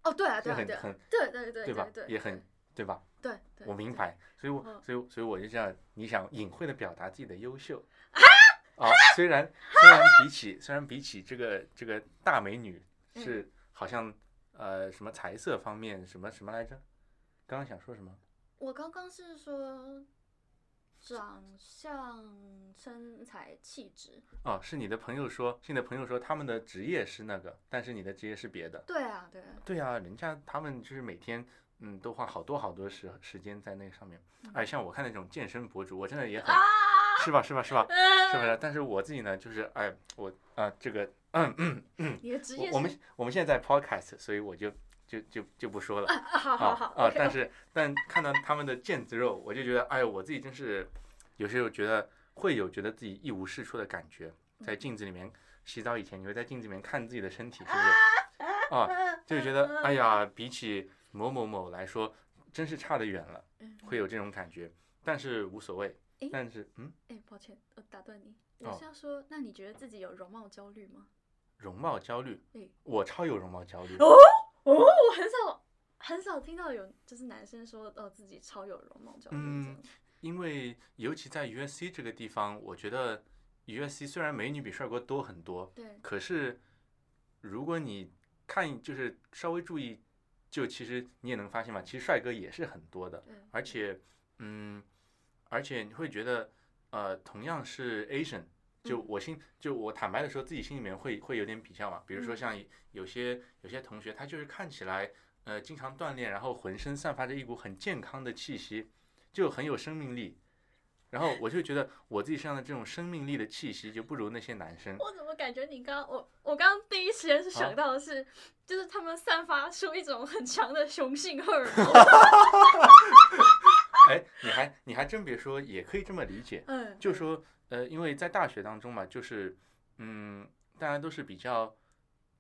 [SPEAKER 2] 哦，对啊，
[SPEAKER 3] 就
[SPEAKER 2] 对啊，
[SPEAKER 3] 很
[SPEAKER 2] 对啊
[SPEAKER 3] 很
[SPEAKER 2] 对对对
[SPEAKER 3] 对吧？
[SPEAKER 2] 对，
[SPEAKER 3] 也很对吧？
[SPEAKER 2] 对，对
[SPEAKER 3] 我明。白，所以我
[SPEAKER 2] 嗯
[SPEAKER 3] 所以所以我就这样，你想隐晦的表达自己的优秀啊，虽然虽然比起虽然比起这个这个大美女
[SPEAKER 2] 嗯
[SPEAKER 3] 是好像呃什么财色方面什么什么来着，刚刚想说什么？
[SPEAKER 2] 我刚刚是说长相、身材、气质。
[SPEAKER 3] 哦，是你的朋友说，是你的朋友说他们的职业是那个，但是你的职业是别的。
[SPEAKER 2] 对啊，对啊，
[SPEAKER 3] 对啊，人家他们就是每天嗯都花好多好多时时间在那个上面，
[SPEAKER 2] 嗯
[SPEAKER 3] 哎，像我看那种健身博主，我真的 也
[SPEAKER 2] 啊
[SPEAKER 3] 很是吧是吧是吧是不
[SPEAKER 2] 呃，
[SPEAKER 3] 是？但是我自己呢，就是哎，我啊、这个嗯
[SPEAKER 2] 你的职业
[SPEAKER 3] 我
[SPEAKER 2] 是
[SPEAKER 3] 我们我们现在在 podcast，所以我就就就就不说了啊
[SPEAKER 2] 啊，好好好
[SPEAKER 3] 啊！
[SPEAKER 2] ，OK，
[SPEAKER 3] 但是但看到他们的腱子肉，我就觉得哎，我自己真是有时候觉得会有觉得自己一无是处的感觉，
[SPEAKER 2] 嗯
[SPEAKER 3] 在镜子里面洗澡以前，你会在镜子里面看自己的身体，是不是？啊，就觉得哎呀，比起某某某来说，真是差得远了，
[SPEAKER 2] 嗯
[SPEAKER 3] 会有这种感觉，但是无所谓
[SPEAKER 2] 诶。
[SPEAKER 3] 但是嗯，
[SPEAKER 2] 哎、抱歉，我打断你，
[SPEAKER 3] 哦
[SPEAKER 2] 我是要说，那你觉得自己有容貌焦虑吗？
[SPEAKER 3] 容貌焦虑
[SPEAKER 2] 诶，
[SPEAKER 3] 我超有容貌焦虑。
[SPEAKER 2] 哦，我很少很少听到有就是男生说哦自己超有容貌焦虑
[SPEAKER 3] 嗯
[SPEAKER 2] 这样。
[SPEAKER 3] 因为尤其在 USC 这个地方，我觉得 USC 虽然美女比帅哥多很多，
[SPEAKER 2] 对，
[SPEAKER 3] 可是如果你看就是稍微注意，就其实你也能发现嘛，其实帅哥也是很多的，
[SPEAKER 2] 对，
[SPEAKER 3] 而且嗯，而且你会觉得呃，同样是 Asian。就
[SPEAKER 2] 嗯
[SPEAKER 3] 我心，就我坦白的说，自己心里面会会有点比较嘛。比如说
[SPEAKER 2] 嗯
[SPEAKER 3] 像有些有些同学，他就是看起来呃经常锻炼，然后浑身散发着一股很健康的气息，就很有生命力。然后我就觉得我自己身上的这种生命力的气息就不如那些男生。
[SPEAKER 2] 我怎么感觉你刚我我刚刚第一时间是
[SPEAKER 3] 啊
[SPEAKER 2] 想到的是，就是他们散发出一种很强的雄性荷尔蒙。
[SPEAKER 3] 哎，你还你还真别说，也可以这么理解。
[SPEAKER 2] 嗯，
[SPEAKER 3] 就说呃，因为在大学当中嘛，就是嗯，大家都是比较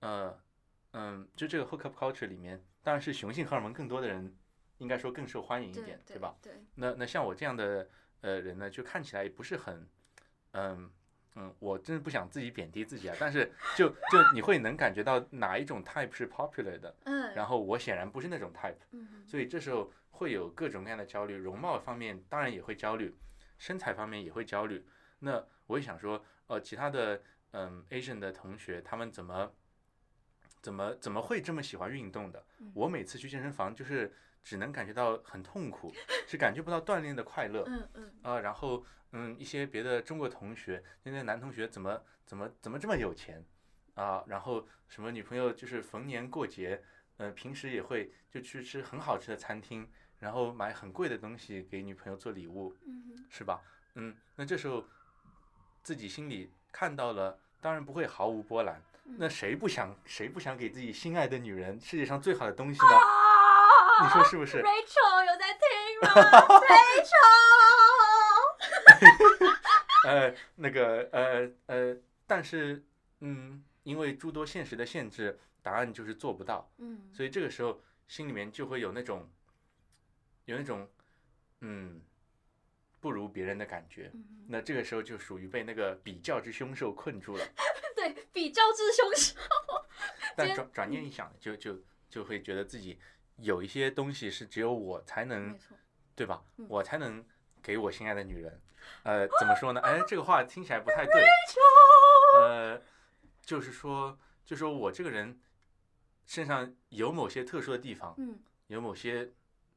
[SPEAKER 3] 呃嗯，就这个 hookup culture 里面，当然是雄性荷尔蒙更多的人，应该说更受欢迎一
[SPEAKER 2] 对
[SPEAKER 3] 点，
[SPEAKER 2] 对
[SPEAKER 3] 吧？？
[SPEAKER 2] 对，
[SPEAKER 3] 那那像我这样的呃人呢，就看起来不是很，嗯嗯，我真的不想自己贬低自己啊，但是就就你会能感觉到哪一种 type 是 popular 的，
[SPEAKER 2] 嗯，
[SPEAKER 3] 然后我显然不是那种 type，
[SPEAKER 2] 嗯，
[SPEAKER 3] 所以这时候会有各种各样的焦虑，容貌方面当然也会焦虑，身材方面也会焦虑。那我也想说，呃，其他的嗯 Asian 的同学他们怎么怎么怎么会这么喜欢运动的
[SPEAKER 2] 嗯？
[SPEAKER 3] 我每次去健身房就是只能感觉到很痛苦，是感觉不到锻炼的快乐。
[SPEAKER 2] 嗯嗯，
[SPEAKER 3] 啊，然后嗯，一些别的中国同学，那些男同学怎么怎么怎么这么有钱啊？然后什么女朋友就是逢年过节，呃，平时也会就去吃很好吃的餐厅，然后买很贵的东西给女朋友做礼物，
[SPEAKER 2] 嗯哼
[SPEAKER 3] 是吧？嗯，那这时候自己心里看到了，当然不会毫无波澜。
[SPEAKER 2] 嗯
[SPEAKER 3] 那谁不想谁不想给自己心爱的女人世界上最好的东西呢？
[SPEAKER 2] 啊
[SPEAKER 3] 你说是不是？
[SPEAKER 2] ，Rachel 有在听 吗？Rachel，
[SPEAKER 3] 呃，那个呃呃，但是嗯，因为诸多现实的限制，答案就是做不到，
[SPEAKER 2] 嗯，
[SPEAKER 3] 所以这个时候心里面就会有那种有那种嗯不如别人的感觉。
[SPEAKER 2] 嗯，
[SPEAKER 3] 那这个时候就属于被那个比较之凶兽困 住了，
[SPEAKER 2] 对比较之凶手，
[SPEAKER 3] 但
[SPEAKER 2] 天
[SPEAKER 3] 转转念一想，就就就会觉得自己有一些东西是只有我才能
[SPEAKER 2] 没错，
[SPEAKER 3] 对吧
[SPEAKER 2] 嗯？
[SPEAKER 3] 我才能给我心爱的女人。呃，怎么说呢？ 哎，这个话听起来不太对。呃，就是说，就说我这个人身上有某些特殊的地方，
[SPEAKER 2] 嗯，
[SPEAKER 3] 有某些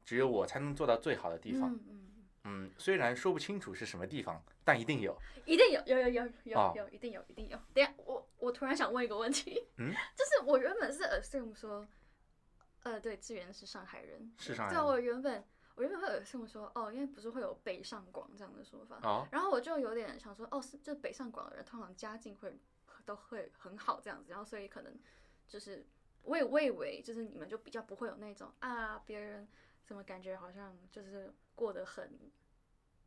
[SPEAKER 3] 只有我才能做到最好的地方。
[SPEAKER 2] 嗯嗯，
[SPEAKER 3] 嗯，虽然说不清楚是什么地方，但一定有。
[SPEAKER 2] 一定有有有有
[SPEAKER 3] 哦
[SPEAKER 2] 有有，一定有一定有。等一下，我我突然想问一个问题，
[SPEAKER 3] 嗯
[SPEAKER 2] 就是我原本是 assume 说，呃，对，志源是上海人，
[SPEAKER 3] 是上海
[SPEAKER 2] 对，
[SPEAKER 3] 人
[SPEAKER 2] 我原本我原本会 assume 说，哦，因为不是会有北上广这样的说法，
[SPEAKER 3] 哦，
[SPEAKER 2] 然后我就有点想说，哦，是就北上广的人通常家境会都会很好这样子，然后所以可能就是我也我以为就是你们就比较不会有那种啊别人怎么感觉好像就是过得很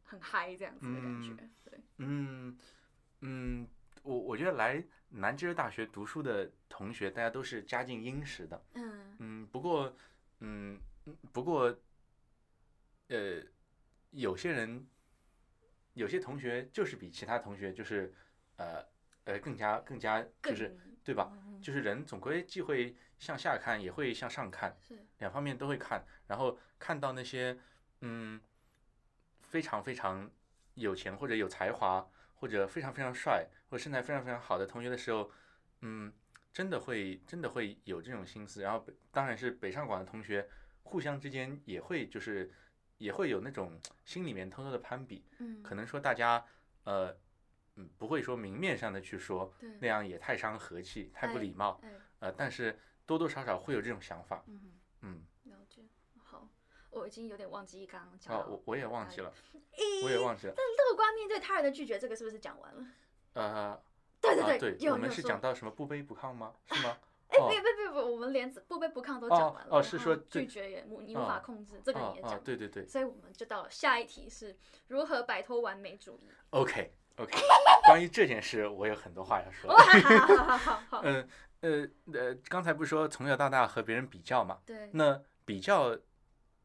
[SPEAKER 2] 很嗨这样子的感觉，对，
[SPEAKER 3] 嗯嗯，我我觉得来南京大学读书的同学，大家都是家境殷实的。
[SPEAKER 2] 嗯
[SPEAKER 3] 嗯，不过，嗯，嗯不过，呃，有些人，有些同学就是比其他同学就是，呃呃，更加更加
[SPEAKER 2] 更
[SPEAKER 3] 就是对吧？
[SPEAKER 2] 嗯
[SPEAKER 3] 就是人总归既会向下看，也会向上看，
[SPEAKER 2] 是
[SPEAKER 3] 两方面都会看。然后看到那些，嗯，非常非常有钱或者有才华，或者非常非常帅，或者身材非常非常好的同学的时候，嗯，真的会真的会有这种心思。然后北当然是北上广的同学互相之间也会就是也会有那种心里面偷偷的攀比，
[SPEAKER 2] 嗯
[SPEAKER 3] 可能说大家呃。嗯，不会说明面上的去说，那
[SPEAKER 2] 对
[SPEAKER 3] 样也太伤和气，太不
[SPEAKER 2] 哎
[SPEAKER 3] 礼貌。
[SPEAKER 2] 哎
[SPEAKER 3] 呃，但是多多少少会有这种想法。
[SPEAKER 2] 嗯
[SPEAKER 3] 嗯，
[SPEAKER 2] 了解好。我已经有点忘记刚刚讲
[SPEAKER 3] 啊，
[SPEAKER 2] 到、
[SPEAKER 3] 我我也忘记
[SPEAKER 2] 了。
[SPEAKER 3] 了，我也忘记了。
[SPEAKER 2] 乐观面对他人的拒绝，这个是不是讲完了？
[SPEAKER 3] 呃，
[SPEAKER 2] 对对
[SPEAKER 3] 啊，
[SPEAKER 2] 对，
[SPEAKER 3] 对，
[SPEAKER 2] 有
[SPEAKER 3] 我们
[SPEAKER 2] 有
[SPEAKER 3] 是
[SPEAKER 2] 说
[SPEAKER 3] 讲到什么不卑不亢吗？是吗？
[SPEAKER 2] 哎，
[SPEAKER 3] 哦
[SPEAKER 2] 别别别别，我们连不卑不亢都讲完了。
[SPEAKER 3] 哦哦是
[SPEAKER 2] 然
[SPEAKER 3] 说
[SPEAKER 2] 后
[SPEAKER 3] 这
[SPEAKER 2] 拒绝也无你无法
[SPEAKER 3] 哦
[SPEAKER 2] 控制，这个
[SPEAKER 3] 哦
[SPEAKER 2] 你也
[SPEAKER 3] 哦
[SPEAKER 2] 讲，。
[SPEAKER 3] 对对对
[SPEAKER 2] 所以我们就到了下一题是如何摆脱完美主义。
[SPEAKER 3] ，OK OK。关于这件事，我有很多话要说
[SPEAKER 2] 哇，。 好好好好，好
[SPEAKER 3] 嗯呃呃，刚才不是说从小到大和别人比较嘛？
[SPEAKER 2] 对，
[SPEAKER 3] 那比较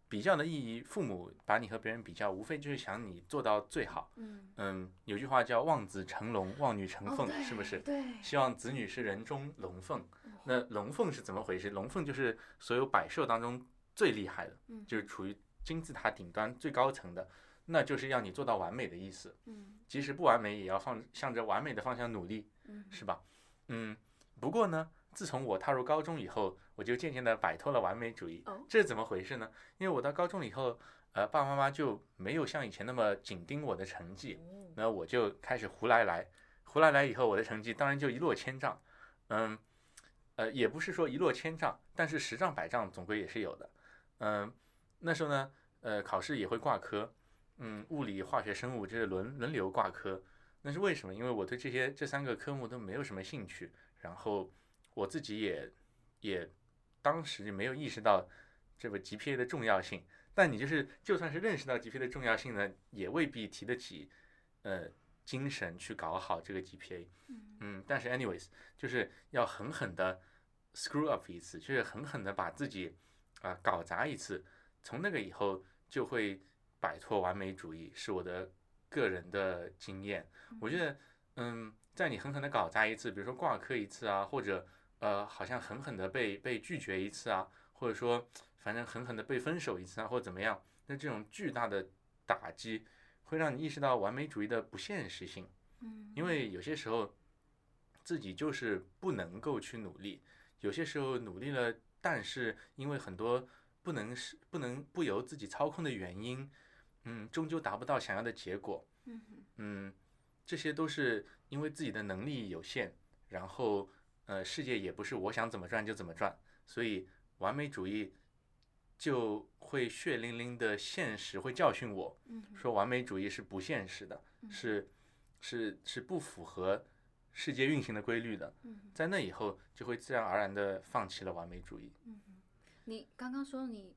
[SPEAKER 3] 比较的意义，父母把你和别人比较，无非就是想你做到最好。
[SPEAKER 2] 嗯，
[SPEAKER 3] 嗯，有句话叫望子成龙，望女成
[SPEAKER 2] 哦
[SPEAKER 3] 凤，
[SPEAKER 2] 对
[SPEAKER 3] 是不是？
[SPEAKER 2] 对，
[SPEAKER 3] 希望子女是人中龙凤。那龙凤是怎么回事？龙凤就是所有百兽当中最厉害的，
[SPEAKER 2] 嗯
[SPEAKER 3] 就是处于金字塔顶端最高层的，那就是要你做到完美的意思。
[SPEAKER 2] 嗯
[SPEAKER 3] 即使不完美，也要放向着完美的方向努力，
[SPEAKER 2] 嗯，
[SPEAKER 3] 是吧？嗯，不过呢，自从我踏入高中以后，我就渐渐的摆脱了完美主义
[SPEAKER 2] 哦。
[SPEAKER 3] 这是怎么回事呢？因为我到高中以后，呃，爸爸妈妈就没有像以前那么紧盯我的成绩，
[SPEAKER 2] 哦
[SPEAKER 3] 那我就开始胡来来，胡来来以后，我的成绩当然就一落千丈，嗯，呃，也不是说一落千丈，但是十丈百丈总归也是有的，嗯，那时候呢，呃，考试也会挂科，嗯，物理、化学、生物这是轮轮流挂科，那是为什么？因为我对这些这三个科目都没有什么兴趣，然后我自己也也当时就没有意识到这个 GPA 的重要性。但你就是就算是认识到 GPA 的重要性呢，也未必提得起呃精神去搞好这个 GPA。
[SPEAKER 2] 嗯
[SPEAKER 3] 嗯，但是 anyways，就是要狠狠的 screw up 一次，就是狠狠的把自己啊、搞砸一次。从那个以后就会摆脱完美主义，是我的个人的经验。我觉得，嗯，在你狠狠的搞砸一次，比如说挂科一次啊，或者呃，好像狠狠的被被拒绝一次啊，或者说反正狠狠的被分手一次啊，或者怎么样，那这种巨大的打击会让你意识到完美主义的不现实性。
[SPEAKER 2] 嗯，
[SPEAKER 3] 因为有些时候自己就是不能够去努力，有些时候努力了，但是因为很多不能是不能不由自己操控的原因，嗯，终究达不到想要的结果，
[SPEAKER 2] 嗯哼
[SPEAKER 3] 嗯，这些都是因为自己的能力有限，然后呃，世界也不是我想怎么赚就怎么赚，所以完美主义就会血淋淋的现实会教训我，
[SPEAKER 2] 嗯哼
[SPEAKER 3] 说完美主义是不现实的，
[SPEAKER 2] 嗯
[SPEAKER 3] 是是是不符合世界运行的规律的。
[SPEAKER 2] 嗯哼
[SPEAKER 3] 在那以后，就会自然而然的放弃了完美主义。
[SPEAKER 2] 嗯哼，你刚刚说你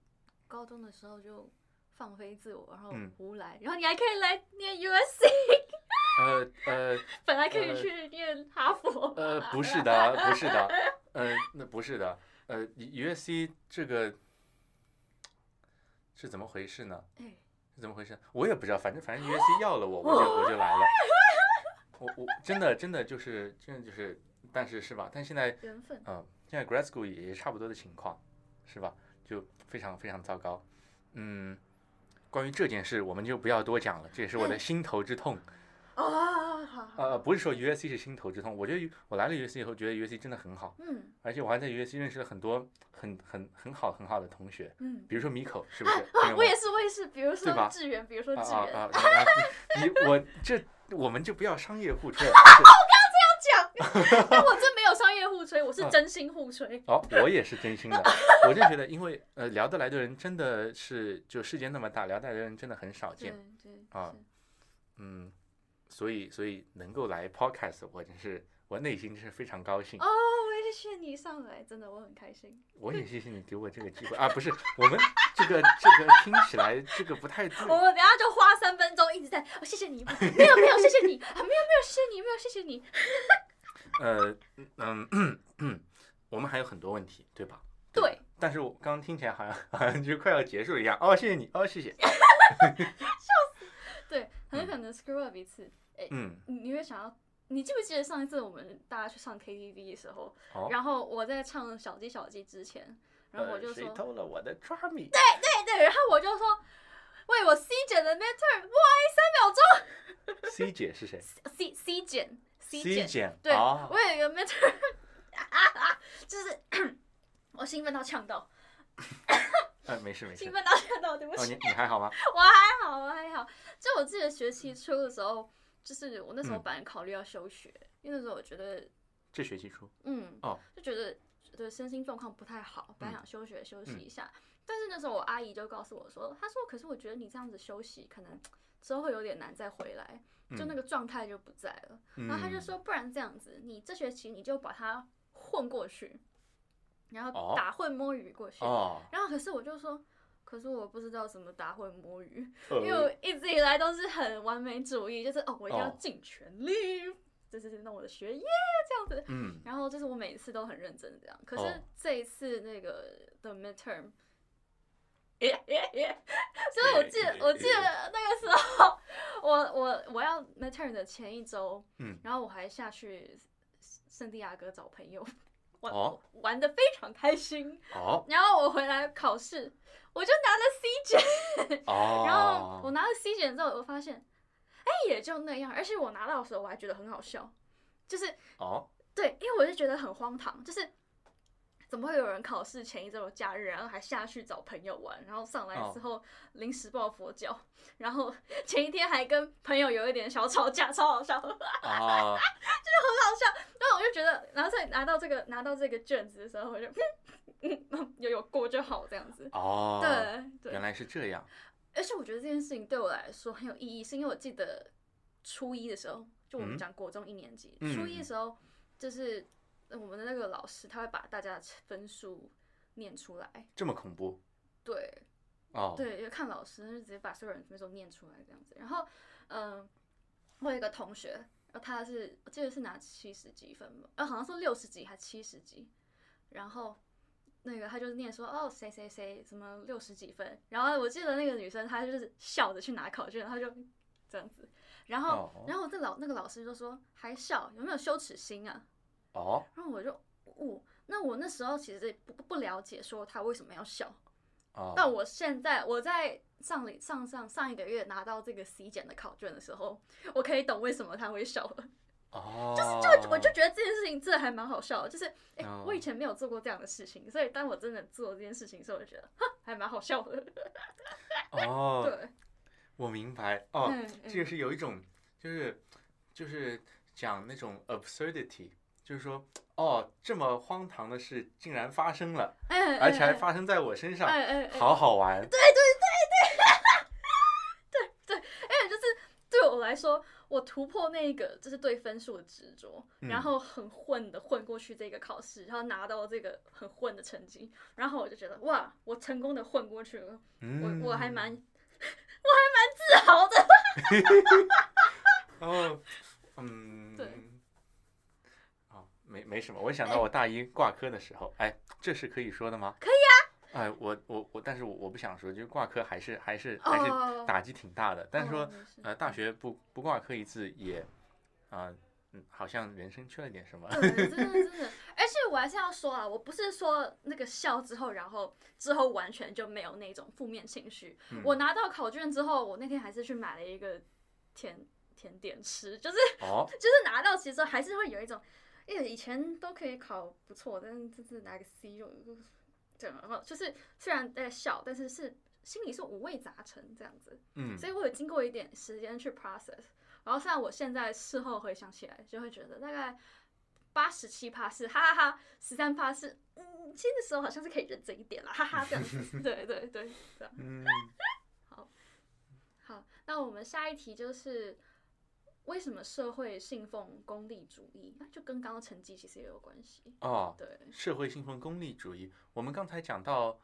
[SPEAKER 2] 高中的时候就放飞自我，然后
[SPEAKER 3] 嗯
[SPEAKER 2] 胡来，然后你还可以来念 USC，
[SPEAKER 3] 呃呃
[SPEAKER 2] 本来可以
[SPEAKER 3] 呃
[SPEAKER 2] 去念哈佛。
[SPEAKER 3] 呃，不是 的，不是的，呃，那不是的，呃，USC 这个是怎么回事呢？
[SPEAKER 2] 哎，
[SPEAKER 3] 是怎么回事？我也不知道，反正反正 USC 要了我，我就我就来了。我我真的真的就是真的就是，但是是吧？但现在
[SPEAKER 2] 缘分。
[SPEAKER 3] 嗯，现在 grad school 也差不多的情况，是吧？就非常非常糟糕。嗯，关于这件事我们就不要多讲了，这也是我的心头之痛。
[SPEAKER 2] 啊，好好，
[SPEAKER 3] 呃，不是说 USC 是心头之痛，我觉得我来了 USC 以后，觉得 USC 真的很好，
[SPEAKER 2] 嗯
[SPEAKER 3] 而且我还在 USC 认识了很多很很很好很好的同学，
[SPEAKER 2] 嗯，
[SPEAKER 3] 比如说米口，是 不是？
[SPEAKER 2] 啊
[SPEAKER 3] 朋友
[SPEAKER 2] 我也
[SPEAKER 3] 们
[SPEAKER 2] 是，我也是，比如
[SPEAKER 3] 对
[SPEAKER 2] 说
[SPEAKER 3] 吧
[SPEAKER 2] 志远，比如说
[SPEAKER 3] 啊
[SPEAKER 2] 志
[SPEAKER 3] 啊
[SPEAKER 2] 远，
[SPEAKER 3] 啊！你你我这我们就不要商业互吹。是
[SPEAKER 2] 但我真没有商业互吹，我
[SPEAKER 3] 嗯
[SPEAKER 2] 是真心互吹。
[SPEAKER 3] 哦，我也是真心的，我真觉得，因为呃，聊得来的人真的是，就世界那么大，聊得来的人真的很少
[SPEAKER 2] 对
[SPEAKER 3] 见，
[SPEAKER 2] 对
[SPEAKER 3] 啊
[SPEAKER 2] 是
[SPEAKER 3] 嗯，所以所以能够来 podcast，我真是我内心真是非常高兴，
[SPEAKER 2] 哦，我也谢谢你上来，真的我很开心。
[SPEAKER 3] 我也谢谢你给我这个机会啊，不是我们这个这个听起来这个不太对，
[SPEAKER 2] 我们等一下就花三分钟一直在，哦、谢谢你，没有没有谢谢你，啊没有没有谢谢你，没有谢谢你。
[SPEAKER 3] 呃嗯嗯嗯，我们还有很多问题，对吧？吧
[SPEAKER 2] 对，
[SPEAKER 3] 但是我刚刚听起来好像好像就快要结束了一样，哦，谢谢你，哦，谢谢，
[SPEAKER 2] 对，很可能 screw up 一次，
[SPEAKER 3] 嗯，
[SPEAKER 2] 你你会想要。你记不记得上一次我们大家去唱 KTV 的时候，
[SPEAKER 3] 好、
[SPEAKER 2] 然后我在唱《小鸡小鸡》之前，然后我
[SPEAKER 3] 哦呃
[SPEAKER 2] 就
[SPEAKER 3] 谁
[SPEAKER 2] 说，
[SPEAKER 3] 偷了我的 Charmy？
[SPEAKER 2] 对，然后我就说，为我 C 减的 matter，哇，
[SPEAKER 3] c 姐是谁
[SPEAKER 2] 三秒钟，C C 减 C
[SPEAKER 3] ？C
[SPEAKER 2] 减，
[SPEAKER 3] 姐，
[SPEAKER 2] 对，
[SPEAKER 3] 哦
[SPEAKER 2] 我有一个 matter，啊啊， 就是 我兴奋到呛到，
[SPEAKER 3] 呃，没事没事
[SPEAKER 2] 兴。奋到呛到，对不
[SPEAKER 3] 哦，你
[SPEAKER 2] 起，
[SPEAKER 3] 你还好吗？
[SPEAKER 2] 我还好，我还好。就我记得学期初的时候，就是我那时候
[SPEAKER 3] 嗯
[SPEAKER 2] 本来考虑要休学，因为那时候我觉得，
[SPEAKER 3] 这学期初，
[SPEAKER 2] 嗯，
[SPEAKER 3] 哦
[SPEAKER 2] 就觉得觉得身心状况不太好，本来想休学休息
[SPEAKER 3] 嗯
[SPEAKER 2] 一下。但是那时候我阿姨就告诉我说，她说，可是我觉得你这样子休息，可能之后会有点难再回来，就那
[SPEAKER 3] 嗯
[SPEAKER 2] 个状态就不在了。然后他就，说，不然这样子，你这学期你就把它混过去，然
[SPEAKER 3] 哦
[SPEAKER 2] 后打混摸鱼过去。
[SPEAKER 3] 嗯哦，
[SPEAKER 2] 然后可是我就说，可是我不知道怎么打混摸鱼，
[SPEAKER 3] 呃
[SPEAKER 2] 因为我一直以来都是很完美主义，就是哦，我一定要
[SPEAKER 3] 哦
[SPEAKER 2] 尽全力，就是弄我的学业这样子。
[SPEAKER 3] 嗯，
[SPEAKER 2] 然后就是我每次都很认真这样，可
[SPEAKER 3] 哦
[SPEAKER 2] 是这一次那个的 midterm，耶耶耶！就是我记得，我记得那个时候，我我我要 midterm 的前一周，
[SPEAKER 3] 嗯
[SPEAKER 2] 然后我还下去圣地亚哥找朋友，玩、
[SPEAKER 3] 哦
[SPEAKER 2] 玩的非常开心。
[SPEAKER 3] 哦
[SPEAKER 2] 然后我回来考试，我就拿了 C 减，
[SPEAKER 3] 哦，
[SPEAKER 2] 然后我拿了 C 减之后，我发现，哎，也就那样。而且我拿到的时候，我还觉得很好笑，就是
[SPEAKER 3] 哦，
[SPEAKER 2] 对，因为我就觉得很荒唐，就是怎么会有人考试前一周有假日，然后还下去找朋友玩，然后上来
[SPEAKER 3] 哦
[SPEAKER 2] 之后临时抱佛脚，然后 前一天还跟朋友有一点小吵架，超好笑。
[SPEAKER 3] 哦，
[SPEAKER 2] 然后我就觉得，然后再拿到这个拿到这个卷子的时候，我就 嗯嗯有有过就好这样子。
[SPEAKER 3] 哦，
[SPEAKER 2] 对对，
[SPEAKER 3] 原来是这样，
[SPEAKER 2] 而且我觉得这件事情对我来说很有意义，是因为我记得初一的时候，就我们
[SPEAKER 3] 嗯
[SPEAKER 2] 讲国中一年级，
[SPEAKER 3] 嗯
[SPEAKER 2] 初一的时候就是呃我们的那个老师他会把大家的分数念出来，
[SPEAKER 3] 这么恐怖
[SPEAKER 2] 对，
[SPEAKER 3] 哦，，
[SPEAKER 2] 对，就看老师，就直接把所有人分数念出来这样子。然后，嗯，我有一个同学，然后他是我记得是拿七十几分吧，呃，好像是六十几还七十几。然后那个他就是念说，哦，谁谁谁什么六十几分。然后我记得那个女生她就是笑着去拿考卷，然后就这样子。然后，
[SPEAKER 3] 哦
[SPEAKER 2] 然后这老那个老师就说，还笑，有没有羞耻心啊？
[SPEAKER 3] 哦，
[SPEAKER 2] 然后我就，哦，那我那时候其实不不了解说他为什么要笑。
[SPEAKER 3] 哦，
[SPEAKER 2] 但我现在我在上里上上上一个月拿到这个 C 减的考卷的时候，我可以懂为什么他会笑了。
[SPEAKER 3] 哦，
[SPEAKER 2] 就是就我就觉得这件事情真的还蛮好笑的，就是哎、
[SPEAKER 3] 哦
[SPEAKER 2] 我以前没有做过这样的事情，所以当我真的做这件事情的时候，我就觉得哈还蛮好笑的。
[SPEAKER 3] 哦，
[SPEAKER 2] 对，
[SPEAKER 3] 我明白，哦，
[SPEAKER 2] 嗯嗯
[SPEAKER 3] 这个是有一种，就是就是讲那种 absurdity，就是说，哦，这么荒唐的事竟然发生了，
[SPEAKER 2] 哎
[SPEAKER 3] 而且还发生在我身上，
[SPEAKER 2] 哎哎哎，
[SPEAKER 3] 好好玩，
[SPEAKER 2] 哎，就是对我来说，我突破那个就是对分数的执着，
[SPEAKER 3] 嗯
[SPEAKER 2] 然后很混的混过去这个考试，然后拿到这个很混的成绩，然后我就觉得哇，我成功的混过去了。
[SPEAKER 3] 嗯，
[SPEAKER 2] 我我还蛮 我还蛮自豪的。
[SPEAKER 3] 然后，哦嗯，
[SPEAKER 2] 对，
[SPEAKER 3] 哦，没没什么。我想到我大一挂科的时候，哎，这是可以说的吗？可以啊。哎，我我我，但是我我不想说，就是挂科还是还是还
[SPEAKER 2] 哦
[SPEAKER 3] 是打击挺大的。但是
[SPEAKER 2] 哦
[SPEAKER 3] 说
[SPEAKER 2] 没事，
[SPEAKER 3] 呃，大学不不挂科一次也，啊，嗯，好像人生缺了点什么。
[SPEAKER 2] 对，真的真 的，而且我还是要说啊，我不是说那个笑之后，然后之后完全就没有那种负面情绪。
[SPEAKER 3] 嗯
[SPEAKER 2] 我拿到考卷之后，我那天还是去买了一个甜甜点吃，就是
[SPEAKER 3] 哦，
[SPEAKER 2] 就是拿到其实还是会有一种，因为以前都可以考不错，但是这次拿个 C 就就对，然后就是虽然在笑，但是是心里是五味杂陈这样子。
[SPEAKER 3] 嗯
[SPEAKER 2] 所以我有经过一点时间去 process，然后虽然我现在事后回想起来，就会觉得大概八十七趴是哈哈哈，十三趴是嗯，其实那时候好像是可以认真一点啦，哈哈这样 子，对对对，这样
[SPEAKER 3] 嗯，
[SPEAKER 2] 好。那我们下一题就是为什么社会信奉功利主义？那就跟刚刚成绩其实也有关系，
[SPEAKER 3] 哦，
[SPEAKER 2] 对，
[SPEAKER 3] 社会信奉功利主义。我们刚才讲到，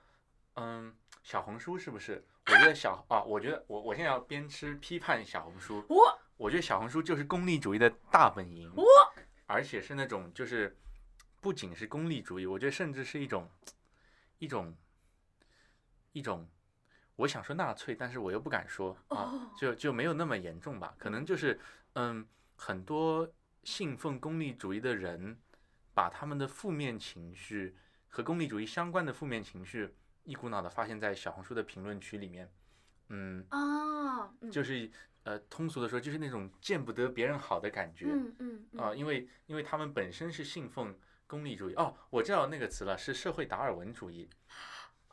[SPEAKER 3] 嗯，小红书是不是？我觉得小啊，我觉得我我现在要鞭笞批判小红书。
[SPEAKER 2] 我
[SPEAKER 3] 我觉得小红书就是功利主义的大本营，
[SPEAKER 2] 哦
[SPEAKER 3] 而且是那种就是不仅是功利主义，我觉得甚至是一种一种一种，我想说纳粹，但是我又不敢说
[SPEAKER 2] 哦
[SPEAKER 3] 啊，就就没有那么严重吧，可能就是嗯，很多信奉功利主义的人，把他们的负面情绪和功利主义相关的负面情绪一股脑的发现在小红书的评论区里面，嗯。
[SPEAKER 2] 啊，嗯
[SPEAKER 3] 就是呃，通俗的说，就是那种见不得别人好的感觉
[SPEAKER 2] 嗯嗯嗯
[SPEAKER 3] 啊、因为因为他们本身是信奉功利主义哦，我知道那个词了，是社会达尔文主义。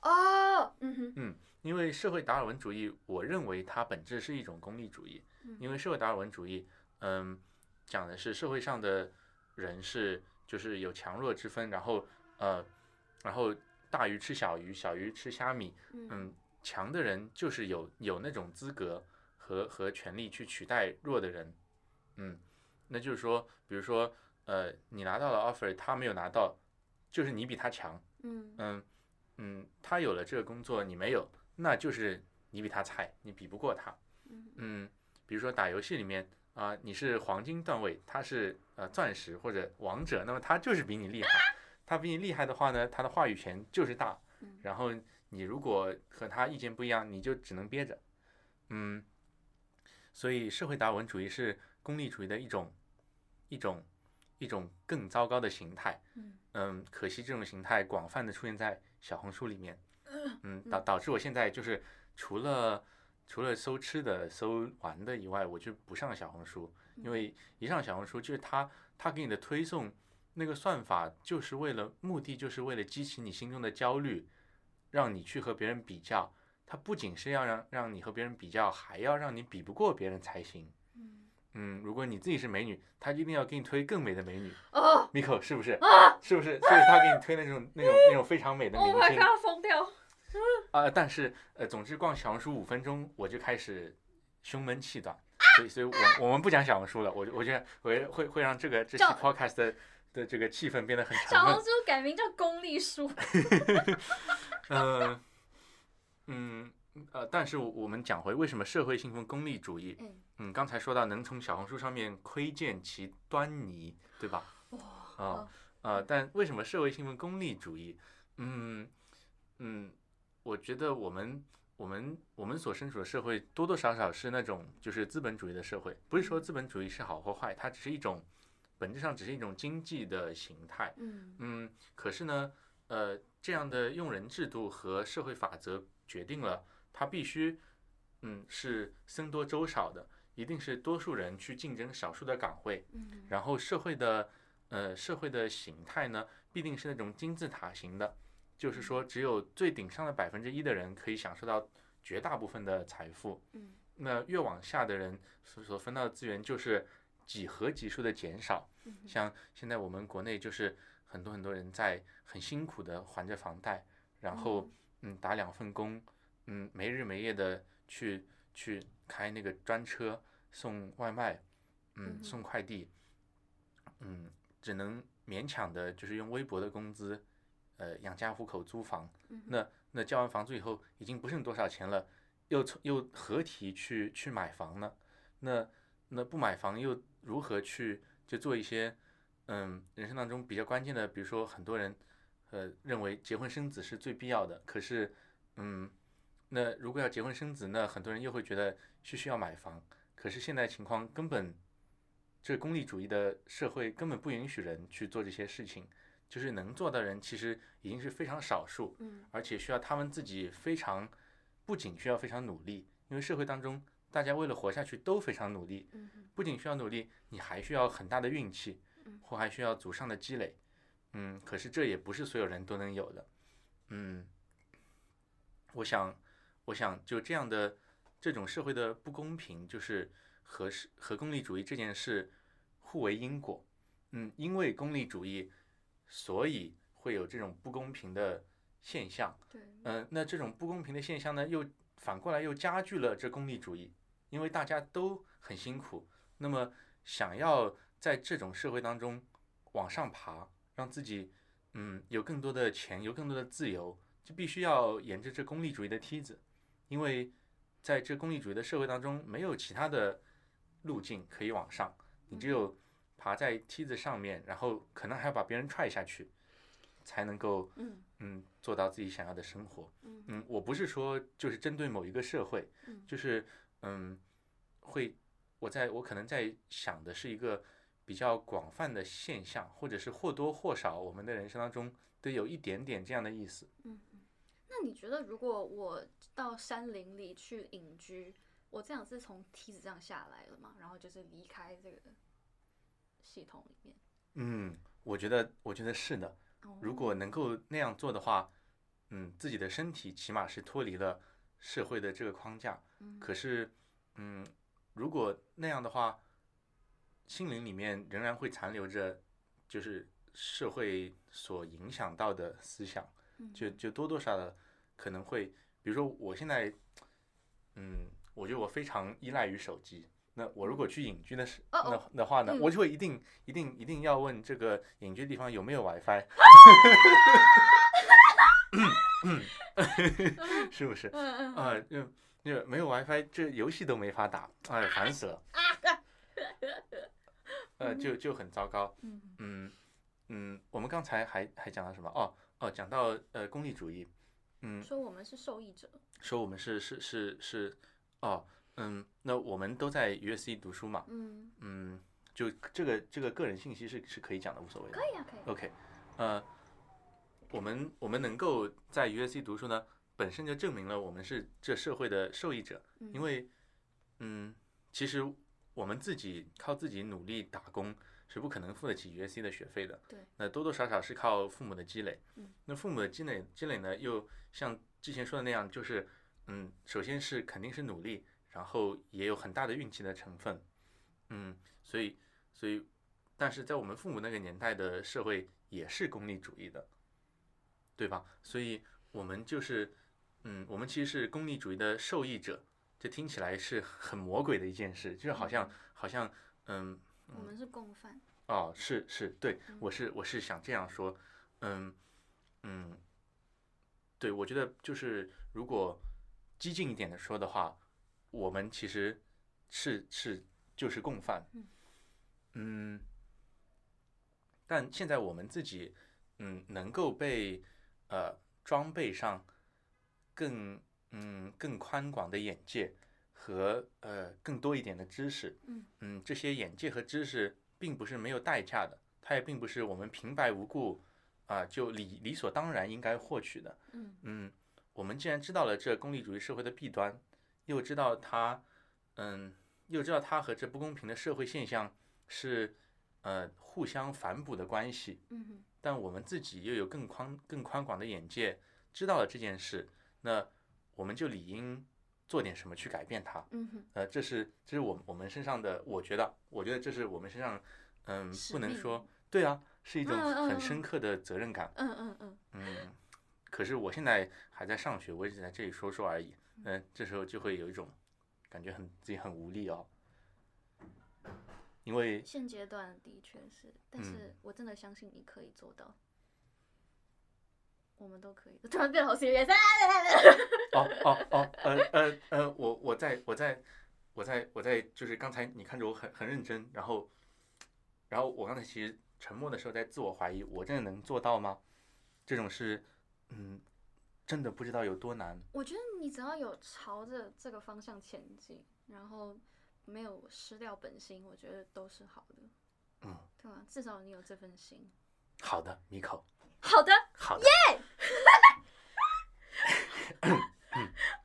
[SPEAKER 2] 哦，嗯哼，
[SPEAKER 3] 嗯，因为社会达尔文主义，我认为它本质是一种功利主义
[SPEAKER 2] 嗯，
[SPEAKER 3] 因为社会达尔文主义，嗯，讲的是社会上的人是就是有强弱之分，然后呃，然后大鱼吃小鱼，小鱼吃虾米，
[SPEAKER 2] 嗯
[SPEAKER 3] 嗯，强的人就是有有那种资格和和权利去取代弱的人，嗯，那就是说，比如说，呃，你拿到了 offer，他没有拿到，就是你比他强，
[SPEAKER 2] 嗯
[SPEAKER 3] 嗯嗯，他有了这个工作，你没有，那就是你比他菜，你比不过他，
[SPEAKER 2] 嗯
[SPEAKER 3] 嗯，比如说打游戏里面啊、你是黄金段位，他是呃钻石或者王者，那么他就是比你厉害。他比你厉害的话呢，他的话语权就是大
[SPEAKER 2] 嗯。
[SPEAKER 3] 然后你如果和他意见不一样，你就只能憋着。嗯，所以社会达尔文主义是功利主义的一种一种一种更糟糕的形态。
[SPEAKER 2] 嗯
[SPEAKER 3] 嗯，可惜这种形态广泛的出现在小红书里面，嗯，导导致我现在就是除了除了搜吃的、搜玩的以外，我就不上小红书，因为一上小红书就是它它给你的推送那个算法，就是为了目的就是为了激起你心中的焦虑，让你去和别人比较。它不仅是要让让你和别人比较，还要让你比不过别人才行。
[SPEAKER 2] 嗯，
[SPEAKER 3] 嗯，如果你自己是美女，它一定要给你推更美的美女。
[SPEAKER 2] 哦。
[SPEAKER 3] Miko 是不是？啊、是不是？是不是他给你推那种那种那种非常美的
[SPEAKER 2] Oh
[SPEAKER 3] 明
[SPEAKER 2] my
[SPEAKER 3] 星啊、
[SPEAKER 2] god！疯掉。
[SPEAKER 3] 但是呃，总之逛小红书五分钟我就开始胸闷气短，
[SPEAKER 2] 啊
[SPEAKER 3] 所以所以我我们不讲小红书了，我就我觉得我觉得会会让这个这期
[SPEAKER 2] 叫
[SPEAKER 3] podcast 的的这个气氛变得很沉
[SPEAKER 2] 小红
[SPEAKER 3] 闷。
[SPEAKER 2] 书改名叫功利 书。
[SPEAKER 3] 嗯嗯呃，但是我我们讲回为什么社会信奉功利主义？
[SPEAKER 2] 嗯，
[SPEAKER 3] 嗯，刚才说到能从小红书上面窥见其端倪，对吧？
[SPEAKER 2] 哇，
[SPEAKER 3] 啊、呃，但为什么社会信奉功利主义？嗯嗯，我觉得我们我们我们所身处的社会多多少少是那种就是资本主义的社会，不是说资本主义是好或坏，它只是一种本质上只是一种经济的形态。
[SPEAKER 2] 嗯
[SPEAKER 3] 嗯，可是呢，呃，这样的用人制度和社会法则决定了它必须，嗯，是僧多粥少的，一定是多数人去竞争少数的岗位，
[SPEAKER 2] 嗯
[SPEAKER 3] 然后社会的呃社会的形态呢，必定是那种金字塔型的，就是说只有最顶上的百分之一的人可以享受到绝大部分的财富，
[SPEAKER 2] 嗯
[SPEAKER 3] 那越往下的人所所分到的资源就是几何级数的减少。
[SPEAKER 2] 嗯
[SPEAKER 3] 像现在我们国内就是很多很多人在很辛苦的还着房贷，然后嗯打两份工，嗯没日没夜的去去开那个专车送外卖，
[SPEAKER 2] 嗯哼
[SPEAKER 3] 嗯送快递，嗯只能勉强的就是用微薄的工资，呃养家糊口租房。
[SPEAKER 2] 嗯哼
[SPEAKER 3] 那那交完房租以后已经不剩多少钱了，又从又何提去去买房呢？那那不买房又如何去就做一些嗯人生当中比较关键的，比如说很多人呃认为结婚生子是最必要的，可是嗯，那如果要结婚生子，那很多人又会觉得需需要买房，可是现在情况根本。这功利主义的社会根本不允许人去做这些事情，就是能做的人其实已经是非常少数，
[SPEAKER 2] 嗯，
[SPEAKER 3] 而且需要他们自己非常，不仅需要非常努力，因为社会当中大家为了活下去都非常努力，
[SPEAKER 2] 嗯哼
[SPEAKER 3] 不仅需要努力，你还需要很大的运气
[SPEAKER 2] 嗯，
[SPEAKER 3] 或还需要祖上的积累。嗯，可是这也不是所有人都能有的。嗯，我想，我想就这样的这种社会的不公平，就是和是和功利主义这件事互为因果。嗯，因为功利主义，所以会有这种不公平的现象。
[SPEAKER 2] 对，
[SPEAKER 3] 嗯，那这种不公平的现象呢，又反过来又加剧了这功利主义，因为大家都很辛苦，那么想要在这种社会当中往上爬，让自己嗯有更多的钱，有更多的自由，就必须要沿着这功利主义的梯子，因为在这功利主义的社会当中，没有其他的路径可以往上，你只有爬在梯子上面，然后可能还要把别人踹下去，才能够
[SPEAKER 2] 嗯
[SPEAKER 3] 嗯做到自己想要的生活。
[SPEAKER 2] 嗯
[SPEAKER 3] 嗯，我不是说就是针对某一个社会，
[SPEAKER 2] 嗯
[SPEAKER 3] 就是嗯，会我在我可能在想的是一个比较广泛的现象，或者是或多或少我们的人生当中都有一点点这样的意思。
[SPEAKER 2] 嗯嗯。那你觉得如果我到山林里去隐居，我这样是从梯子上下来了嘛？然后就是离开这个系统里面。哦
[SPEAKER 3] 嗯，我觉得我觉得是的，如果能够那样做的话，嗯，自己的身体起码是脱离了社会的这个框架。
[SPEAKER 2] 嗯
[SPEAKER 3] 可是，嗯，如果那样的话，心灵里面仍然会残留着就是社会所影响到的思想，
[SPEAKER 2] 嗯
[SPEAKER 3] 就就多多少少可能会，比如说我现在，嗯，我觉得我非常依赖于手机。那我如果去隐居的时
[SPEAKER 2] 哦哦
[SPEAKER 3] 那的话呢，
[SPEAKER 2] 嗯
[SPEAKER 3] 我就会一定一定一定要问这个隐居地方有没 有 WiFi，是不是？
[SPEAKER 2] 嗯嗯嗯
[SPEAKER 3] 啊，就就没有 WiFi，这游戏都没法打，哎，烦死了。呃，就就很糟糕。
[SPEAKER 2] 嗯
[SPEAKER 3] 嗯嗯，我们刚才还还讲到什么？哦哦，讲到呃功利主义。嗯
[SPEAKER 2] 嗯，，说我们是受益者。
[SPEAKER 3] 说我们是是是是，哦，嗯，那我们都在 USC 读书嘛，
[SPEAKER 2] 嗯，
[SPEAKER 3] 嗯，就这个这个个人信息是是可以讲的，无所谓的
[SPEAKER 2] 可。以啊，可以啊。
[SPEAKER 3] OK，呃，我们我们能够在 USC 读书呢，本身就证明了我们是这社会的受益者，
[SPEAKER 2] 嗯
[SPEAKER 3] 因为，嗯，其实我们自己靠自己努力打工是不可能付得起 USC 的学费的，
[SPEAKER 2] 对，
[SPEAKER 3] 那多多少少是靠父母的积累，
[SPEAKER 2] 嗯，
[SPEAKER 3] 那父母的积累积累呢，又像之前说的那样，就是，嗯，首先是肯定是努力，然后也有很大的运气的成分，嗯，所以所以，但是在我们父母那个年代的社会也是功利主义的，对吧？所以我们就是，嗯，我们其实是功利主义的受益者，这听起来是很魔鬼的一件事，就是好像好像，嗯，
[SPEAKER 2] 我们是共犯。
[SPEAKER 3] 哦，是是，对，
[SPEAKER 2] 嗯
[SPEAKER 3] 我是我是想这样说，嗯嗯，对，我觉得就是如果激进一点的说的话，我们其实是是就是共犯，
[SPEAKER 2] 嗯
[SPEAKER 3] 嗯，但现在我们自己嗯能够被呃装备上更嗯更宽广的眼界和呃更多一点的知识，
[SPEAKER 2] 嗯
[SPEAKER 3] 嗯，这些眼界和知识并不是没有代价的，它也并不是我们平白无故啊、就理理所当然应该获取的。
[SPEAKER 2] 嗯
[SPEAKER 3] 嗯，我们既然知道了这功利主义社会的弊端，又知道它，嗯，又知道它和这不公平的社会现象是呃互相反哺的关系，
[SPEAKER 2] 嗯哼
[SPEAKER 3] 但我们自己又有更宽更宽广的眼界，知道了这件事，那我们就理应做点什么去改变它。
[SPEAKER 2] 嗯哼，
[SPEAKER 3] 呃，这是这是我们我们身上的，我觉得，我觉得这是我们身上，嗯，
[SPEAKER 2] 使
[SPEAKER 3] 不能
[SPEAKER 2] 命
[SPEAKER 3] 说，对啊，是一种
[SPEAKER 2] 嗯嗯
[SPEAKER 3] 很
[SPEAKER 2] 嗯
[SPEAKER 3] 深刻的责任感。
[SPEAKER 2] 嗯嗯嗯，
[SPEAKER 3] 嗯，可是我现在还在上学，我也只在这里说说而已。嗯，这时候就会有一种感觉很自己很无力哦，因为
[SPEAKER 2] 现阶段的确是，但
[SPEAKER 3] 嗯
[SPEAKER 2] 是我真的相信你可以做到。我们都可以。 突然变得好 serious 啊！
[SPEAKER 3] 哦哦哦，呃呃呃，我我在我在我在我在，就是刚才你看着我很很认真，然后然后我刚才其实沉默的时候在自我怀疑，我真的能做到吗？这种是，嗯，真的不知道有多难。
[SPEAKER 2] 我觉得你只要有朝着这个方向前进，然后没有失掉本心，我觉得都是好的，
[SPEAKER 3] 嗯，
[SPEAKER 2] 对吧？至少你有这份心。
[SPEAKER 3] 好的，米口，
[SPEAKER 2] 好的，
[SPEAKER 3] 好的。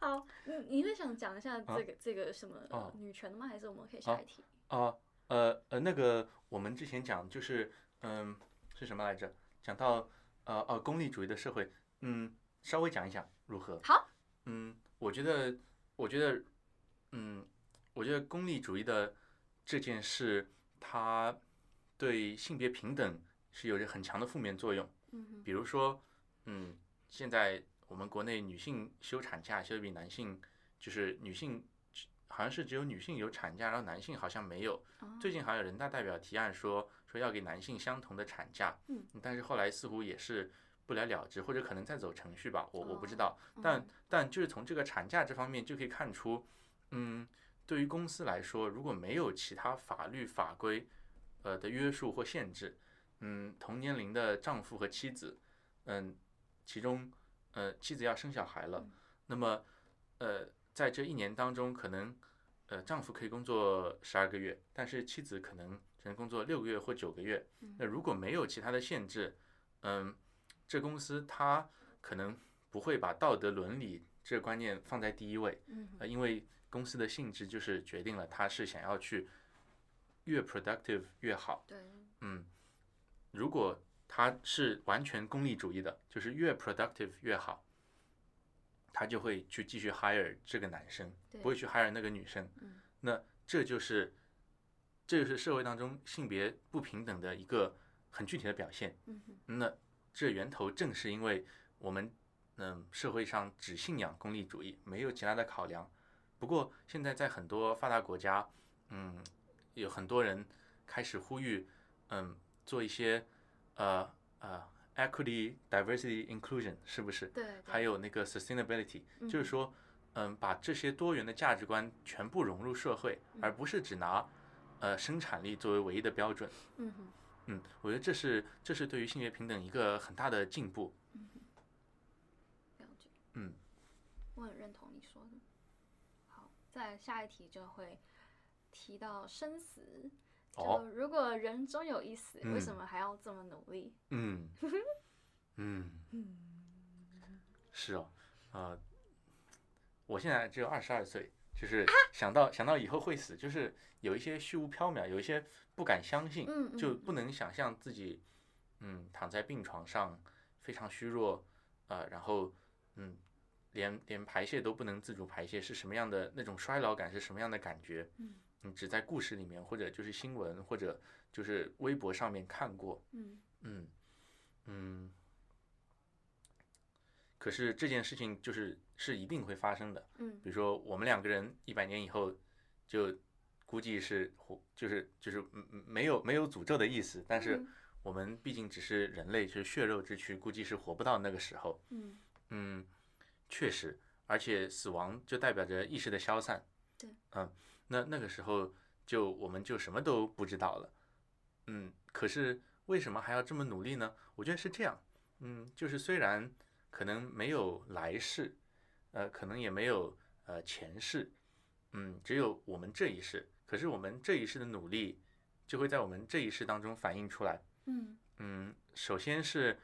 [SPEAKER 2] 好，你你会想讲一下这个、这个什么、呃
[SPEAKER 3] 哦
[SPEAKER 2] 女权的吗？还是我们可以下一题？
[SPEAKER 3] 啊，呃呃，那个我们之前讲就是，嗯，是什么来着？讲到呃哦，功利主义的社会，嗯，稍微讲一讲如何？
[SPEAKER 2] 好，
[SPEAKER 3] 嗯，我觉得，我觉得，嗯，我觉得功利主义的这件事，它对性别平等是有着很强的负面作用。
[SPEAKER 2] 嗯哼，
[SPEAKER 3] 比如说，嗯，现在我们国内女性休产假休的比男性，就是女性好像是只有女性有产假，然后男性好像没有。
[SPEAKER 2] 哦
[SPEAKER 3] 最近好像有人大代表提案说说要给男性相同的产假，
[SPEAKER 2] 嗯，
[SPEAKER 3] 但是后来似乎也是不了了之，或者可能在走程序吧，我我不知道。
[SPEAKER 2] 哦
[SPEAKER 3] 但
[SPEAKER 2] 嗯
[SPEAKER 3] 但就是从这个产假这方面就可以看出，嗯，对于公司来说，如果没有其他法律法规呃的约束或限制，嗯，同年龄的丈夫和妻子，嗯，其中呃妻子要生小孩了，
[SPEAKER 2] 嗯
[SPEAKER 3] 那么呃在这一年当中，可能呃丈夫可以工作十二个月，但是妻子可能只能工作六个月或九个月。
[SPEAKER 2] 嗯
[SPEAKER 3] 那如果没有其他的限制，嗯，这公司它可能不会把道德伦理这个观念放在第一位，
[SPEAKER 2] 嗯哼
[SPEAKER 3] 呃，因为公司的性质就是决定了它是想要去越 productive 越好。
[SPEAKER 2] 对，
[SPEAKER 3] 嗯，如果他是完全功利主义的，就是越 productive 越好，他就会去继续 hire 这个男生，
[SPEAKER 2] 对
[SPEAKER 3] 不会去 hire 那个女生。
[SPEAKER 2] 嗯
[SPEAKER 3] 那这就是这就是社会当中性别不平等的一个很具体的表现。
[SPEAKER 2] 嗯哼，
[SPEAKER 3] 那这源头正是因为我们嗯社会上只信仰功利主义，没有其他的考量。不过现在在很多发达国家，嗯，有很多人开始呼吁，嗯，做一些呃呃 equity、diversity、inclusion，是不是？
[SPEAKER 2] 对，对
[SPEAKER 3] 还有那个 sustainability，就是
[SPEAKER 2] 嗯
[SPEAKER 3] 说，嗯，把这些多元的价值观全部融入社会，而不是只拿呃生产力作为唯一的标准。
[SPEAKER 2] 嗯哼，
[SPEAKER 3] 嗯，我觉得这是这是对于性别平等一个很大的进步。
[SPEAKER 2] 了解。
[SPEAKER 3] 嗯，
[SPEAKER 2] 我很认同你说的。好，再下一题就会提到生死。就
[SPEAKER 3] 哦，
[SPEAKER 2] 如果人终有一死，为什
[SPEAKER 3] 嗯
[SPEAKER 2] 么还要这么努力？
[SPEAKER 3] 嗯，嗯，是哦，呃，我现在只有二十二岁，就是想到、想到以后会死，就是有一些虚无缥缈，有一些不敢相信，
[SPEAKER 2] 嗯
[SPEAKER 3] 就
[SPEAKER 2] 嗯
[SPEAKER 3] 不能想象自己，嗯，躺在病床上非常虚弱，呃，然后嗯，连连排泄都不能自主排泄，是什么样的那种衰老感，是什么样的感觉？
[SPEAKER 2] 嗯
[SPEAKER 3] 你只在故事里面，或者就是新闻，或者就是微博上面看过，
[SPEAKER 2] 嗯，
[SPEAKER 3] 嗯，嗯，可是这件事情就是是一定会发生的。
[SPEAKER 2] 嗯
[SPEAKER 3] 比如说，我们两个人一百年以后就估计是活，就是就是嗯嗯没有没有诅咒的意思，但是
[SPEAKER 2] 嗯
[SPEAKER 3] 我们毕竟只是人类，是血肉之躯，估计是活不到那个时候。
[SPEAKER 2] 嗯，
[SPEAKER 3] 嗯，确实，而且死亡就代表着意识的消散。
[SPEAKER 2] 对，
[SPEAKER 3] 嗯，那那个时候就我们就什么都不知道了。嗯，可是为什么还要这么努力呢？我觉得是这样，嗯，就是虽然可能没有来世，呃，可能也没有呃前世，嗯，只有我们这一世。可是我们这一世的努力，就会在我们这一世当中反映出来。
[SPEAKER 2] 嗯
[SPEAKER 3] 嗯，首先是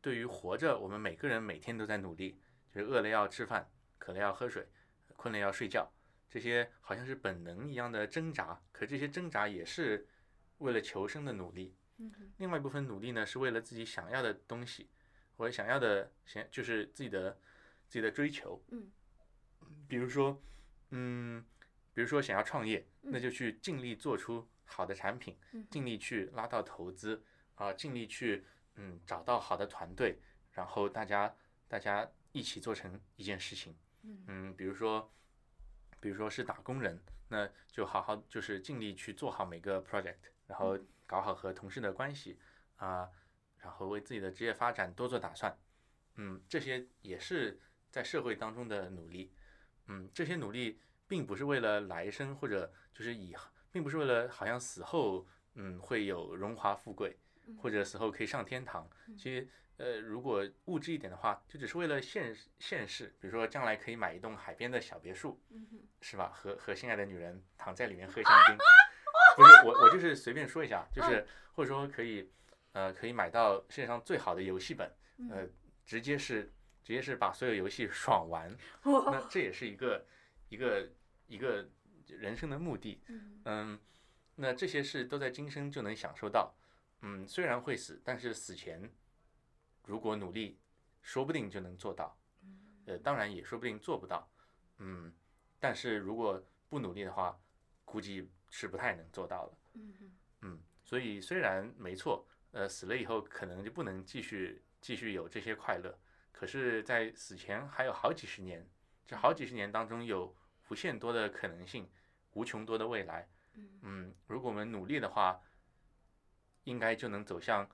[SPEAKER 3] 对于活着，我们每个人每天都在努力，就是饿了要吃饭，渴了要喝水，困了要睡觉，这些好像是本能一样的挣扎。可这些挣扎也是为了求生的努力。
[SPEAKER 2] 嗯哼
[SPEAKER 3] 另外一部分努力呢，是为了自己想要的东西，或者想要的想就是自己的自己的追求。
[SPEAKER 2] 嗯，
[SPEAKER 3] 比如说，嗯，比如说想要创业，那
[SPEAKER 2] 嗯
[SPEAKER 3] 就去尽力做出好的产品，
[SPEAKER 2] 嗯哼
[SPEAKER 3] 尽力去拉到投资啊、尽力去嗯找到好的团队，然后大家大家一起做成一件事情。
[SPEAKER 2] 嗯
[SPEAKER 3] 嗯，比如说，比如说是打工人，那就好好就是尽力去做好每个 project，然后搞好和同事的关系啊、然后为自己的职业发展多做打算。嗯，这些也是在社会当中的努力。嗯，这些努力并不是为了来生或者就是以，并不是为了好像死后嗯会有荣华富贵，或者死后可以上天堂。其实呃，如果物质一点的话，就只是为了现实现世，比如说将来可以买一栋海边的小别墅，
[SPEAKER 2] 嗯哼，
[SPEAKER 3] 是吧？和和心爱的女人躺在里面喝香槟，不是我，我就是随便说一下，就是或者说可以，呃，可以买到世界上最好的游戏本，
[SPEAKER 2] 嗯
[SPEAKER 3] 呃，直接是直接是把所有游戏爽完，那
[SPEAKER 2] 哇，
[SPEAKER 3] 这也是一个一个一个人生的目的，
[SPEAKER 2] 嗯
[SPEAKER 3] 嗯，那这些事都在今生就能享受到，嗯，虽然会死，但是死前如果努力，说不定就能做到，呃，当然也说不定做不到，嗯，但是如果不努力的话，估计是不太能做到的，
[SPEAKER 2] 嗯哼，
[SPEAKER 3] 嗯，所以虽然没错，呃，死了以后可能就不能继续继续有这些快乐，可是，在死前还有好几十年，这好几十年当中有无限多的可能性，无穷多的未来。
[SPEAKER 2] 嗯
[SPEAKER 3] 嗯，如果我们努力的话，应该就能走向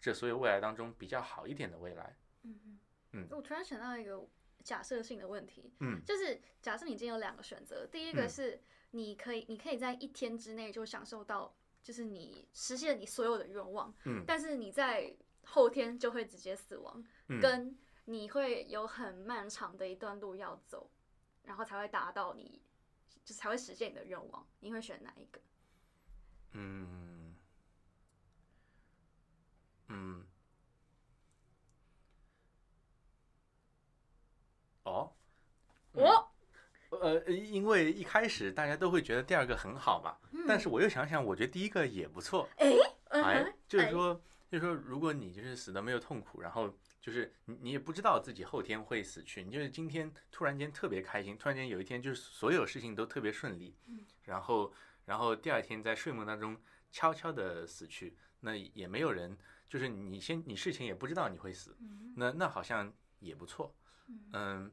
[SPEAKER 3] 这所有未来当中比较好一点的未来。
[SPEAKER 2] 嗯哼，
[SPEAKER 3] 嗯
[SPEAKER 2] 我突然想到一个假设性的问题，
[SPEAKER 3] 嗯
[SPEAKER 2] 就是假设你今天有两个选择，第一个
[SPEAKER 3] 嗯
[SPEAKER 2] 是你可以，你可以在一天之内就享受到，就是你实现你所有的愿望，
[SPEAKER 3] 嗯
[SPEAKER 2] 但是你在后天就会直接死亡，
[SPEAKER 3] 嗯，
[SPEAKER 2] 跟你会有很漫长的一段路要走，然后才会达到你，就是才会实现你的愿望，你会选哪一个？
[SPEAKER 3] 嗯嗯，哦，嗯
[SPEAKER 2] 我、
[SPEAKER 3] 呃，因为一开始大家都会觉得第二个很好嘛，但是我又想想，我觉得第一个也不错。
[SPEAKER 2] 嗯
[SPEAKER 3] 哎
[SPEAKER 2] 哼，
[SPEAKER 3] 就是
[SPEAKER 2] 哎
[SPEAKER 3] 说，就是说，如果你就是死的没有痛苦，然后就是你你也不知道自己后天会死去，你就是今天突然间特别开心，突然间有一天就是所有事情都特别顺利，
[SPEAKER 2] 嗯
[SPEAKER 3] 然后然后第二天在睡梦当中悄悄的死去，那也没有人，就是你先你事前也不知道你会死，
[SPEAKER 2] 嗯
[SPEAKER 3] 那那好像也不错，
[SPEAKER 2] 嗯
[SPEAKER 3] 嗯，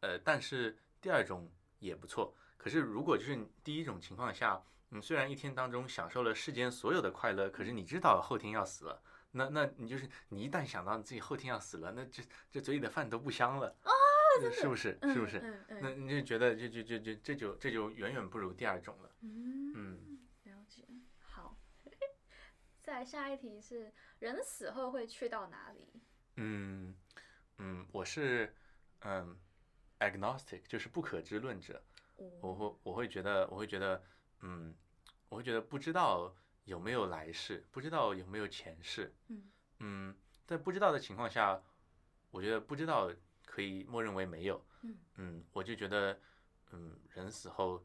[SPEAKER 3] 呃，但是第二种也不错。可是如果就是你第一种情况下，你虽然一天当中享受了世间所有的快乐，可是你知道后天要死了，那那你就是你一旦想到自己后天要死了，那这这嘴里的饭都不香了啊，那是不是？是不是？
[SPEAKER 2] 哦嗯嗯
[SPEAKER 3] 那
[SPEAKER 2] 嗯
[SPEAKER 3] 你就觉得就就就就这就这就远远不如第二种了。
[SPEAKER 2] 嗯，了解。好， 再来下一题是人死后会去到哪里？
[SPEAKER 3] 嗯嗯，我是嗯 agnostic，就是不可知论者。我
[SPEAKER 2] 哦，
[SPEAKER 3] 会我会觉得我会觉得，嗯，我会觉得不知道有没有来世，不知道有没有前世，
[SPEAKER 2] 嗯
[SPEAKER 3] 嗯，在不知道的情况下，我觉得不知道可以默认为没有，
[SPEAKER 2] 嗯
[SPEAKER 3] 嗯，我就觉得，嗯，人死后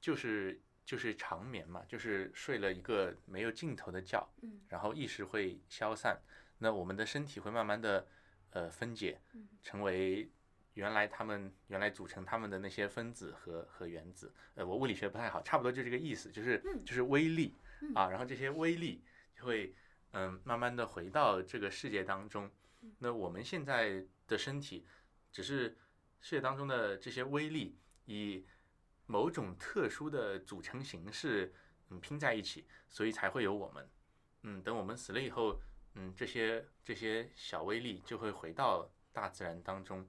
[SPEAKER 3] 就是就是长眠嘛，就是睡了一个没有尽头的觉，
[SPEAKER 2] 嗯
[SPEAKER 3] 然后意识会消散，那我们的身体会慢慢的呃分解
[SPEAKER 2] 嗯，
[SPEAKER 3] 成为原来他们原来组成他们的那些分子和和原子。呃，我物理学不太好，差不多就这个意思，就是
[SPEAKER 2] 嗯
[SPEAKER 3] 就是微粒
[SPEAKER 2] 嗯
[SPEAKER 3] 啊，然后这些微粒就会嗯、慢慢的回到这个世界当中
[SPEAKER 2] 嗯。
[SPEAKER 3] 那我们现在的身体只是世界当中的这些微粒以某种特殊的组成形式嗯拼在一起，所以才会有我们。嗯，等我们死了以后，嗯，这些这些小微粒就会回到大自然当中，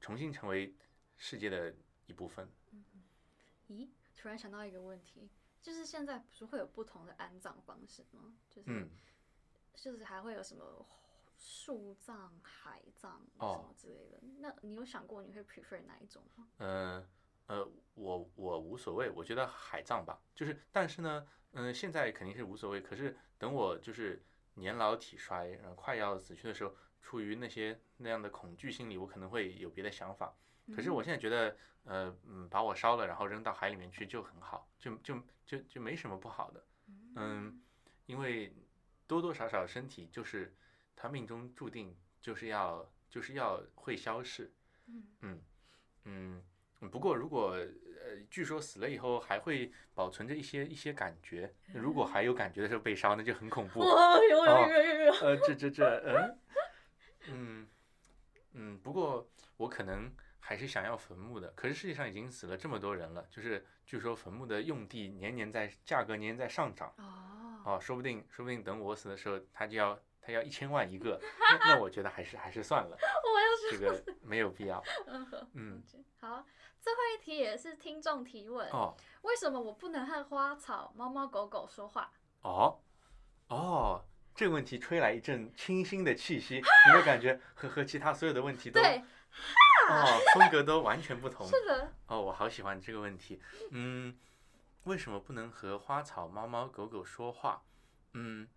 [SPEAKER 3] 重新成为世界的一部分。
[SPEAKER 2] 咦，突然想到一个问题，就是现在不是会有不同的安葬方式吗？就是、
[SPEAKER 3] 嗯，
[SPEAKER 2] 就是还会有什么树葬、海葬什
[SPEAKER 3] 哦
[SPEAKER 2] 么之类的。那你有想过你会 prefer 哪一种吗？
[SPEAKER 3] 呃呃，我我无所谓，我觉得海葬吧，就是，但是呢，嗯、现在肯定是无所谓，可是等我就是年老体衰，然后快要死去的时候，出于那些那样的恐惧心理，我可能会有别的想法。可
[SPEAKER 2] 嗯
[SPEAKER 3] 是我现在觉得，呃，嗯，把我烧了，然后扔到海里面去就很好，就就就就没什么不好的。
[SPEAKER 2] 嗯，
[SPEAKER 3] 嗯，因为多多少少身体就是他命中注定就是要就是要会消逝。
[SPEAKER 2] 嗯
[SPEAKER 3] 嗯嗯，不过如果呃，据说死了以后还会保存着一些一些感觉，如果还有感觉的时候被烧，那就很恐怖。
[SPEAKER 2] 哇，有有有有有，
[SPEAKER 3] 呃，这这这，嗯嗯嗯，不过我可能还是想要坟墓的。可是世界上已经死了这么多人了，就是据说坟墓的用地年年在价格年年在上涨。
[SPEAKER 2] 哦，
[SPEAKER 3] 哦，说不定，说不定等我死的时候，他就要他要一千万一个，那那我觉得还是还是算了，
[SPEAKER 2] 我
[SPEAKER 3] 这个没有必要。
[SPEAKER 2] 要是，
[SPEAKER 3] 哦嗯，
[SPEAKER 2] 好，最后一题也是听众提问，
[SPEAKER 3] 哦
[SPEAKER 2] 为什么我不能和花草、猫猫、狗狗说话？
[SPEAKER 3] 哦哦，这个问题吹来一阵清新的气息，你会感觉和和其他所有的问题都
[SPEAKER 2] 对，
[SPEAKER 3] 哦风格都完全不同。
[SPEAKER 2] 是的，
[SPEAKER 3] 哦，我好喜欢这个问题。嗯，为什么不能和花草、猫猫、狗狗说话？嗯，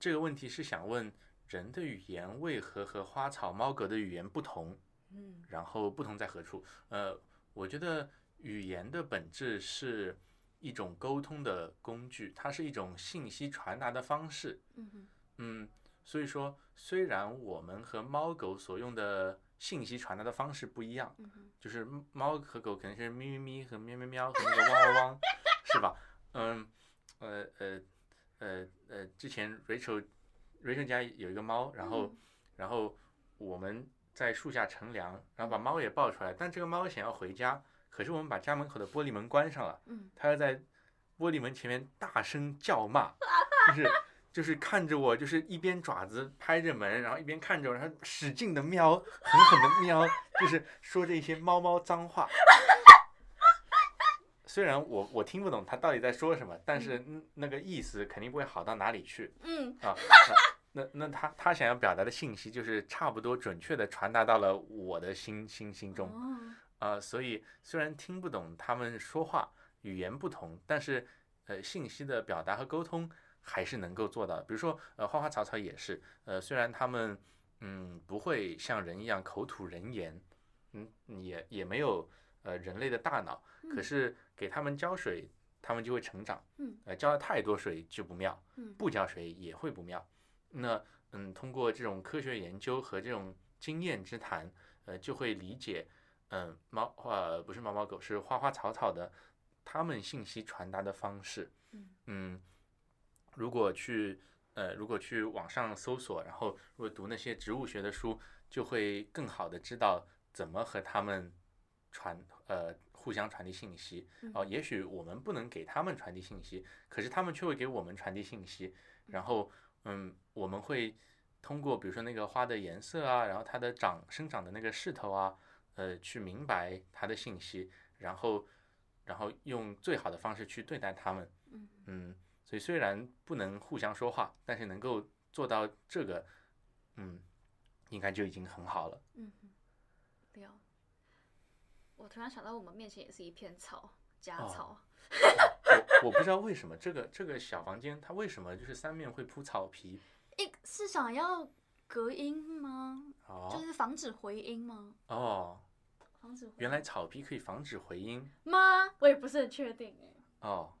[SPEAKER 3] 这个问题是想问人的语言为何和花草、猫狗的语言不同？
[SPEAKER 2] 嗯
[SPEAKER 3] 然后不同在何处？呃，我觉得语言的本质是一种沟通的工具，它是一种信息传达的方式。
[SPEAKER 2] 嗯哼
[SPEAKER 3] 嗯，所以说，虽然我们和猫狗所用的信息传达的方式不一样，
[SPEAKER 2] 嗯哼，
[SPEAKER 3] 就是猫和狗可能是咪咪咪和喵喵喵和那个汪汪汪，是吧？嗯，呃呃呃呃，之前 Rachel Rachel 家有一个猫，然后、
[SPEAKER 2] 嗯
[SPEAKER 3] 然后我们在树下乘凉，
[SPEAKER 2] 嗯
[SPEAKER 3] 然后把猫也抱出来，但这个猫想要回家，可是我们把家门口的玻璃门关上了，
[SPEAKER 2] 嗯，
[SPEAKER 3] 它要在玻璃门前面大声叫骂，就是。就是看着我，就是一边爪子拍着门，然后一边看着我，然后使劲的喵，狠狠的喵，就是说着一些猫猫脏话。虽然我我听不懂他到底在说什么，但是嗯那个意思肯定不会好到哪里去
[SPEAKER 2] 嗯，
[SPEAKER 3] 啊。那那那他他想要表达的信息，就是差不多准确的传达到了我的心心心中。
[SPEAKER 2] 哦
[SPEAKER 3] 呃，所以虽然听不懂他们说话，语言不同，但是呃，信息的表达和沟通还是能够做到的。比如说，呃，花花草草也是，呃，虽然他们嗯不会像人一样口吐人言，嗯，也也没有呃人类的大脑，可
[SPEAKER 2] 嗯
[SPEAKER 3] 是给他们浇水，他们就会成长。
[SPEAKER 2] 嗯，
[SPEAKER 3] 呃，浇了太多水就不妙。
[SPEAKER 2] 嗯
[SPEAKER 3] 不浇水也会不妙。那嗯，通过这种科学研究和这种经验之谈，呃，就会理解，嗯、猫呃不是猫猫狗是花花草草的，它们信息传达的方式。
[SPEAKER 2] 嗯
[SPEAKER 3] 嗯，如果去呃如果去网上搜索，然后如果读那些植物学的书，就会更好的知道怎么和它们传呃互相传递信息。哦，也许我们不能给他们传递信息，可是他们却会给我们传递信息。然后，嗯，我们会通过比如说那个花的颜色啊，然后它的长生长的那个势头啊，呃，去明白它的信息，然后，然后用最好的方式去对待它们。
[SPEAKER 2] 嗯
[SPEAKER 3] 嗯，所以虽然不能互相说话，但是能够做到这个，嗯，应该就已经很好了。
[SPEAKER 2] 嗯哼，了。我突然想到，我们面前也是一片草，假
[SPEAKER 3] 哦
[SPEAKER 2] 草。
[SPEAKER 3] 我我不知道为什么这个这个小房间它为什么就是三面会铺草皮。
[SPEAKER 2] 一是想要隔音吗？
[SPEAKER 3] 哦，
[SPEAKER 2] 就是防止回音吗？
[SPEAKER 3] 哦，
[SPEAKER 2] 防止回
[SPEAKER 3] 原来草皮可以防止回音
[SPEAKER 2] 音吗？我也不是很确定哎，
[SPEAKER 3] 哦。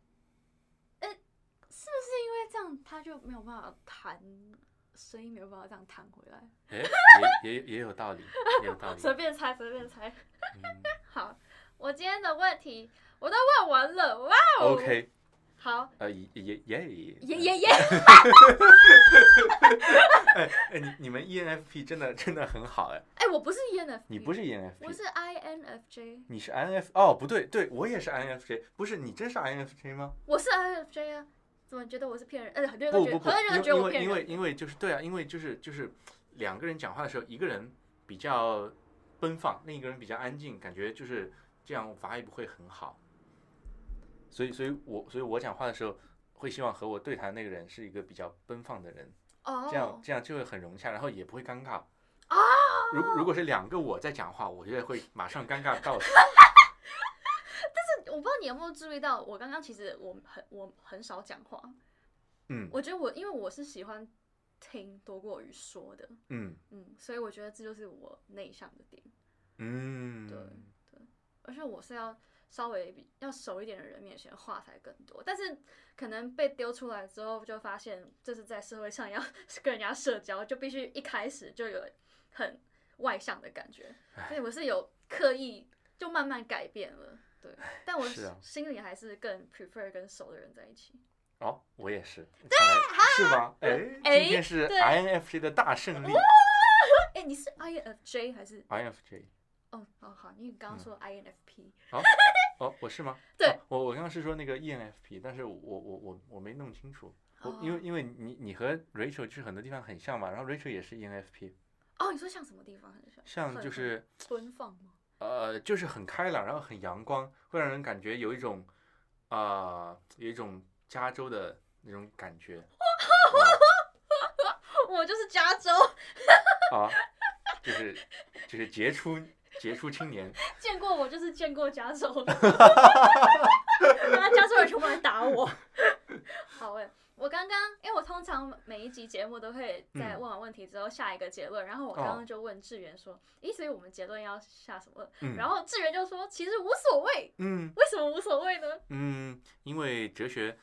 [SPEAKER 2] 是不是因为这样它就没有办法弹，声音没有办法这样弹回来？
[SPEAKER 3] 哎，也也也有道理，也有道理。
[SPEAKER 2] 随便猜，随便猜。
[SPEAKER 3] 嗯
[SPEAKER 2] 好，我今天的问题我都问完了，哇哦。
[SPEAKER 3] ，OK，
[SPEAKER 2] 好，
[SPEAKER 3] 呃，也也也也
[SPEAKER 2] 耶耶 耶！
[SPEAKER 3] 哎哎，你你们 ENFP 真的真的很好哎，
[SPEAKER 2] 哎，我不是 ENFP，
[SPEAKER 3] 你不是，
[SPEAKER 2] 嗯
[SPEAKER 3] E
[SPEAKER 2] 我
[SPEAKER 3] ENFP，
[SPEAKER 2] 是 INFJ，
[SPEAKER 3] 你是 INF 哦，不对，对我也是 INFJ，不是你真是 INFJ 吗？我
[SPEAKER 2] 我是 INFJ 啊。怎么觉得我是骗人？哎，很多人
[SPEAKER 3] 不
[SPEAKER 2] 都觉得，
[SPEAKER 3] 不不，
[SPEAKER 2] 很多人都觉得
[SPEAKER 3] 因
[SPEAKER 2] 我
[SPEAKER 3] 为
[SPEAKER 2] 骗
[SPEAKER 3] 因为
[SPEAKER 2] 人。
[SPEAKER 3] 因为就是对啊，因为就是就是两个人讲话的时候，一个人比较奔放，另一个人比较安静，感觉就是这样 vibe 会很好。所以所以我所以我讲话的时候，会希望和我对谈那个人是一个比较奔放的人，
[SPEAKER 2] 哦，
[SPEAKER 3] 这样这样就会很融洽，然后也不会尴尬。如如果是两个我在讲话，我觉得会马上尴尬到死。
[SPEAKER 2] 我不知道你有没有注意到，我刚刚其实我很我很少讲话。
[SPEAKER 3] 嗯
[SPEAKER 2] 我觉得我因为我是喜欢听多过于说的，
[SPEAKER 3] 嗯
[SPEAKER 2] 嗯，所以我觉得这就是我内向的点。
[SPEAKER 3] 嗯，
[SPEAKER 2] 对而且我是要稍微比要熟一点的人面前话才更多，但是可能被丢出来之后，就发现就是在社会上要跟人家社交，就必须一开始就有很外向的感觉，所以我是有刻意就慢慢改变了。对，但我
[SPEAKER 3] 是啊
[SPEAKER 2] 心里还是更 prefer 跟熟的人在一起。
[SPEAKER 3] 哦，我也是，看来是吗？哎，
[SPEAKER 2] 哎
[SPEAKER 3] 今天是
[SPEAKER 2] 对
[SPEAKER 3] INFJ 的大胜利
[SPEAKER 2] 哎、你是 INFJ 还是？
[SPEAKER 3] ，INFJ。
[SPEAKER 2] 哦哦，好，你刚刚
[SPEAKER 3] 嗯
[SPEAKER 2] 说 INFP，、
[SPEAKER 3] 哦哦，我是吗？
[SPEAKER 2] 对
[SPEAKER 3] 哦我我刚刚是说那个 ENFP，但是我我我我没弄清楚，我
[SPEAKER 2] 哦
[SPEAKER 3] 因为因为你你和 Rachel 就是很多地方很像嘛，然后 Rachel 也是 E ENFP，
[SPEAKER 2] 哦，你说像什么地方很像？
[SPEAKER 3] 像就
[SPEAKER 2] 很
[SPEAKER 3] 是
[SPEAKER 2] 奔放吗？
[SPEAKER 3] 呃就是很开朗，然后很阳光，会让人感觉有一种 啊、呃有一种加州的那种感觉。啊
[SPEAKER 2] 我就是加州
[SPEAKER 3] 啊，就是就是杰出杰出青年，
[SPEAKER 2] 见过我，就是见过加州， 那加州人全部来打我。 好诶、我刚刚因为我通常每一集节目都会在
[SPEAKER 3] 嗯哦
[SPEAKER 2] 问完问题之后下一个结论，然后我刚刚就问志源说，咦，所以我们结论要下什么？
[SPEAKER 3] 嗯，
[SPEAKER 2] 然后志源就说，其实无所谓，
[SPEAKER 3] 嗯
[SPEAKER 2] 为什么无所谓呢？
[SPEAKER 3] 嗯，因为哲学，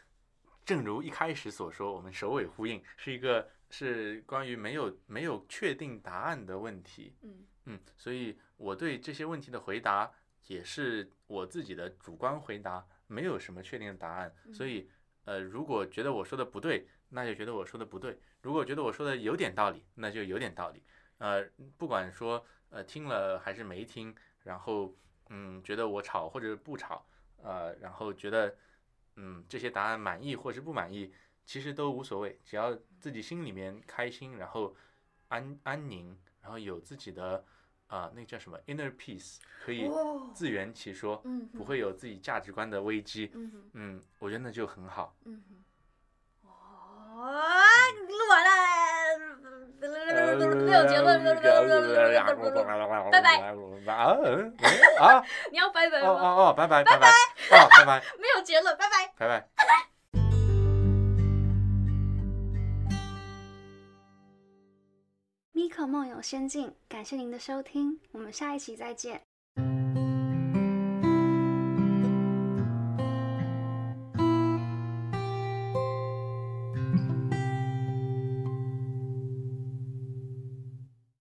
[SPEAKER 3] 正如一开始所说，我们首尾呼应，是一个是关于没有没有确定答案的问题，
[SPEAKER 2] 嗯
[SPEAKER 3] 嗯，所以我对这些问题的回答也是我自己的主观回答，没有什么确定的答案。所
[SPEAKER 2] 嗯
[SPEAKER 3] 以，呃，如果觉得我说的不对，那就觉得我说的不对；如果觉得我说的有点道理，那就有点道理。呃，不管说呃听了还是没听，然后嗯觉得我吵或者不吵，呃，然后觉得嗯这些答案满意或是不满意，其实都无所谓，只要自己心里面开心，然后安安宁，然后有自己的啊、那个叫什么 inner peace，可以
[SPEAKER 2] 哦
[SPEAKER 3] 自圆其说，
[SPEAKER 2] 嗯哼
[SPEAKER 3] 不会有自己价值观的危机。
[SPEAKER 2] 嗯哼
[SPEAKER 3] 嗯，我觉得那就很好。
[SPEAKER 2] 嗯哼，哇，录完
[SPEAKER 3] 呃
[SPEAKER 2] 了，六结论，拜拜
[SPEAKER 3] 啊啊
[SPEAKER 2] 你要拜拜
[SPEAKER 3] 哦
[SPEAKER 2] 吗？
[SPEAKER 3] 哦哦，拜拜拜拜哦拜拜
[SPEAKER 2] 没有结论，拜拜。
[SPEAKER 3] 拜拜。
[SPEAKER 1] Miko 梦游仙境，感谢您的收听，我们下一期再见。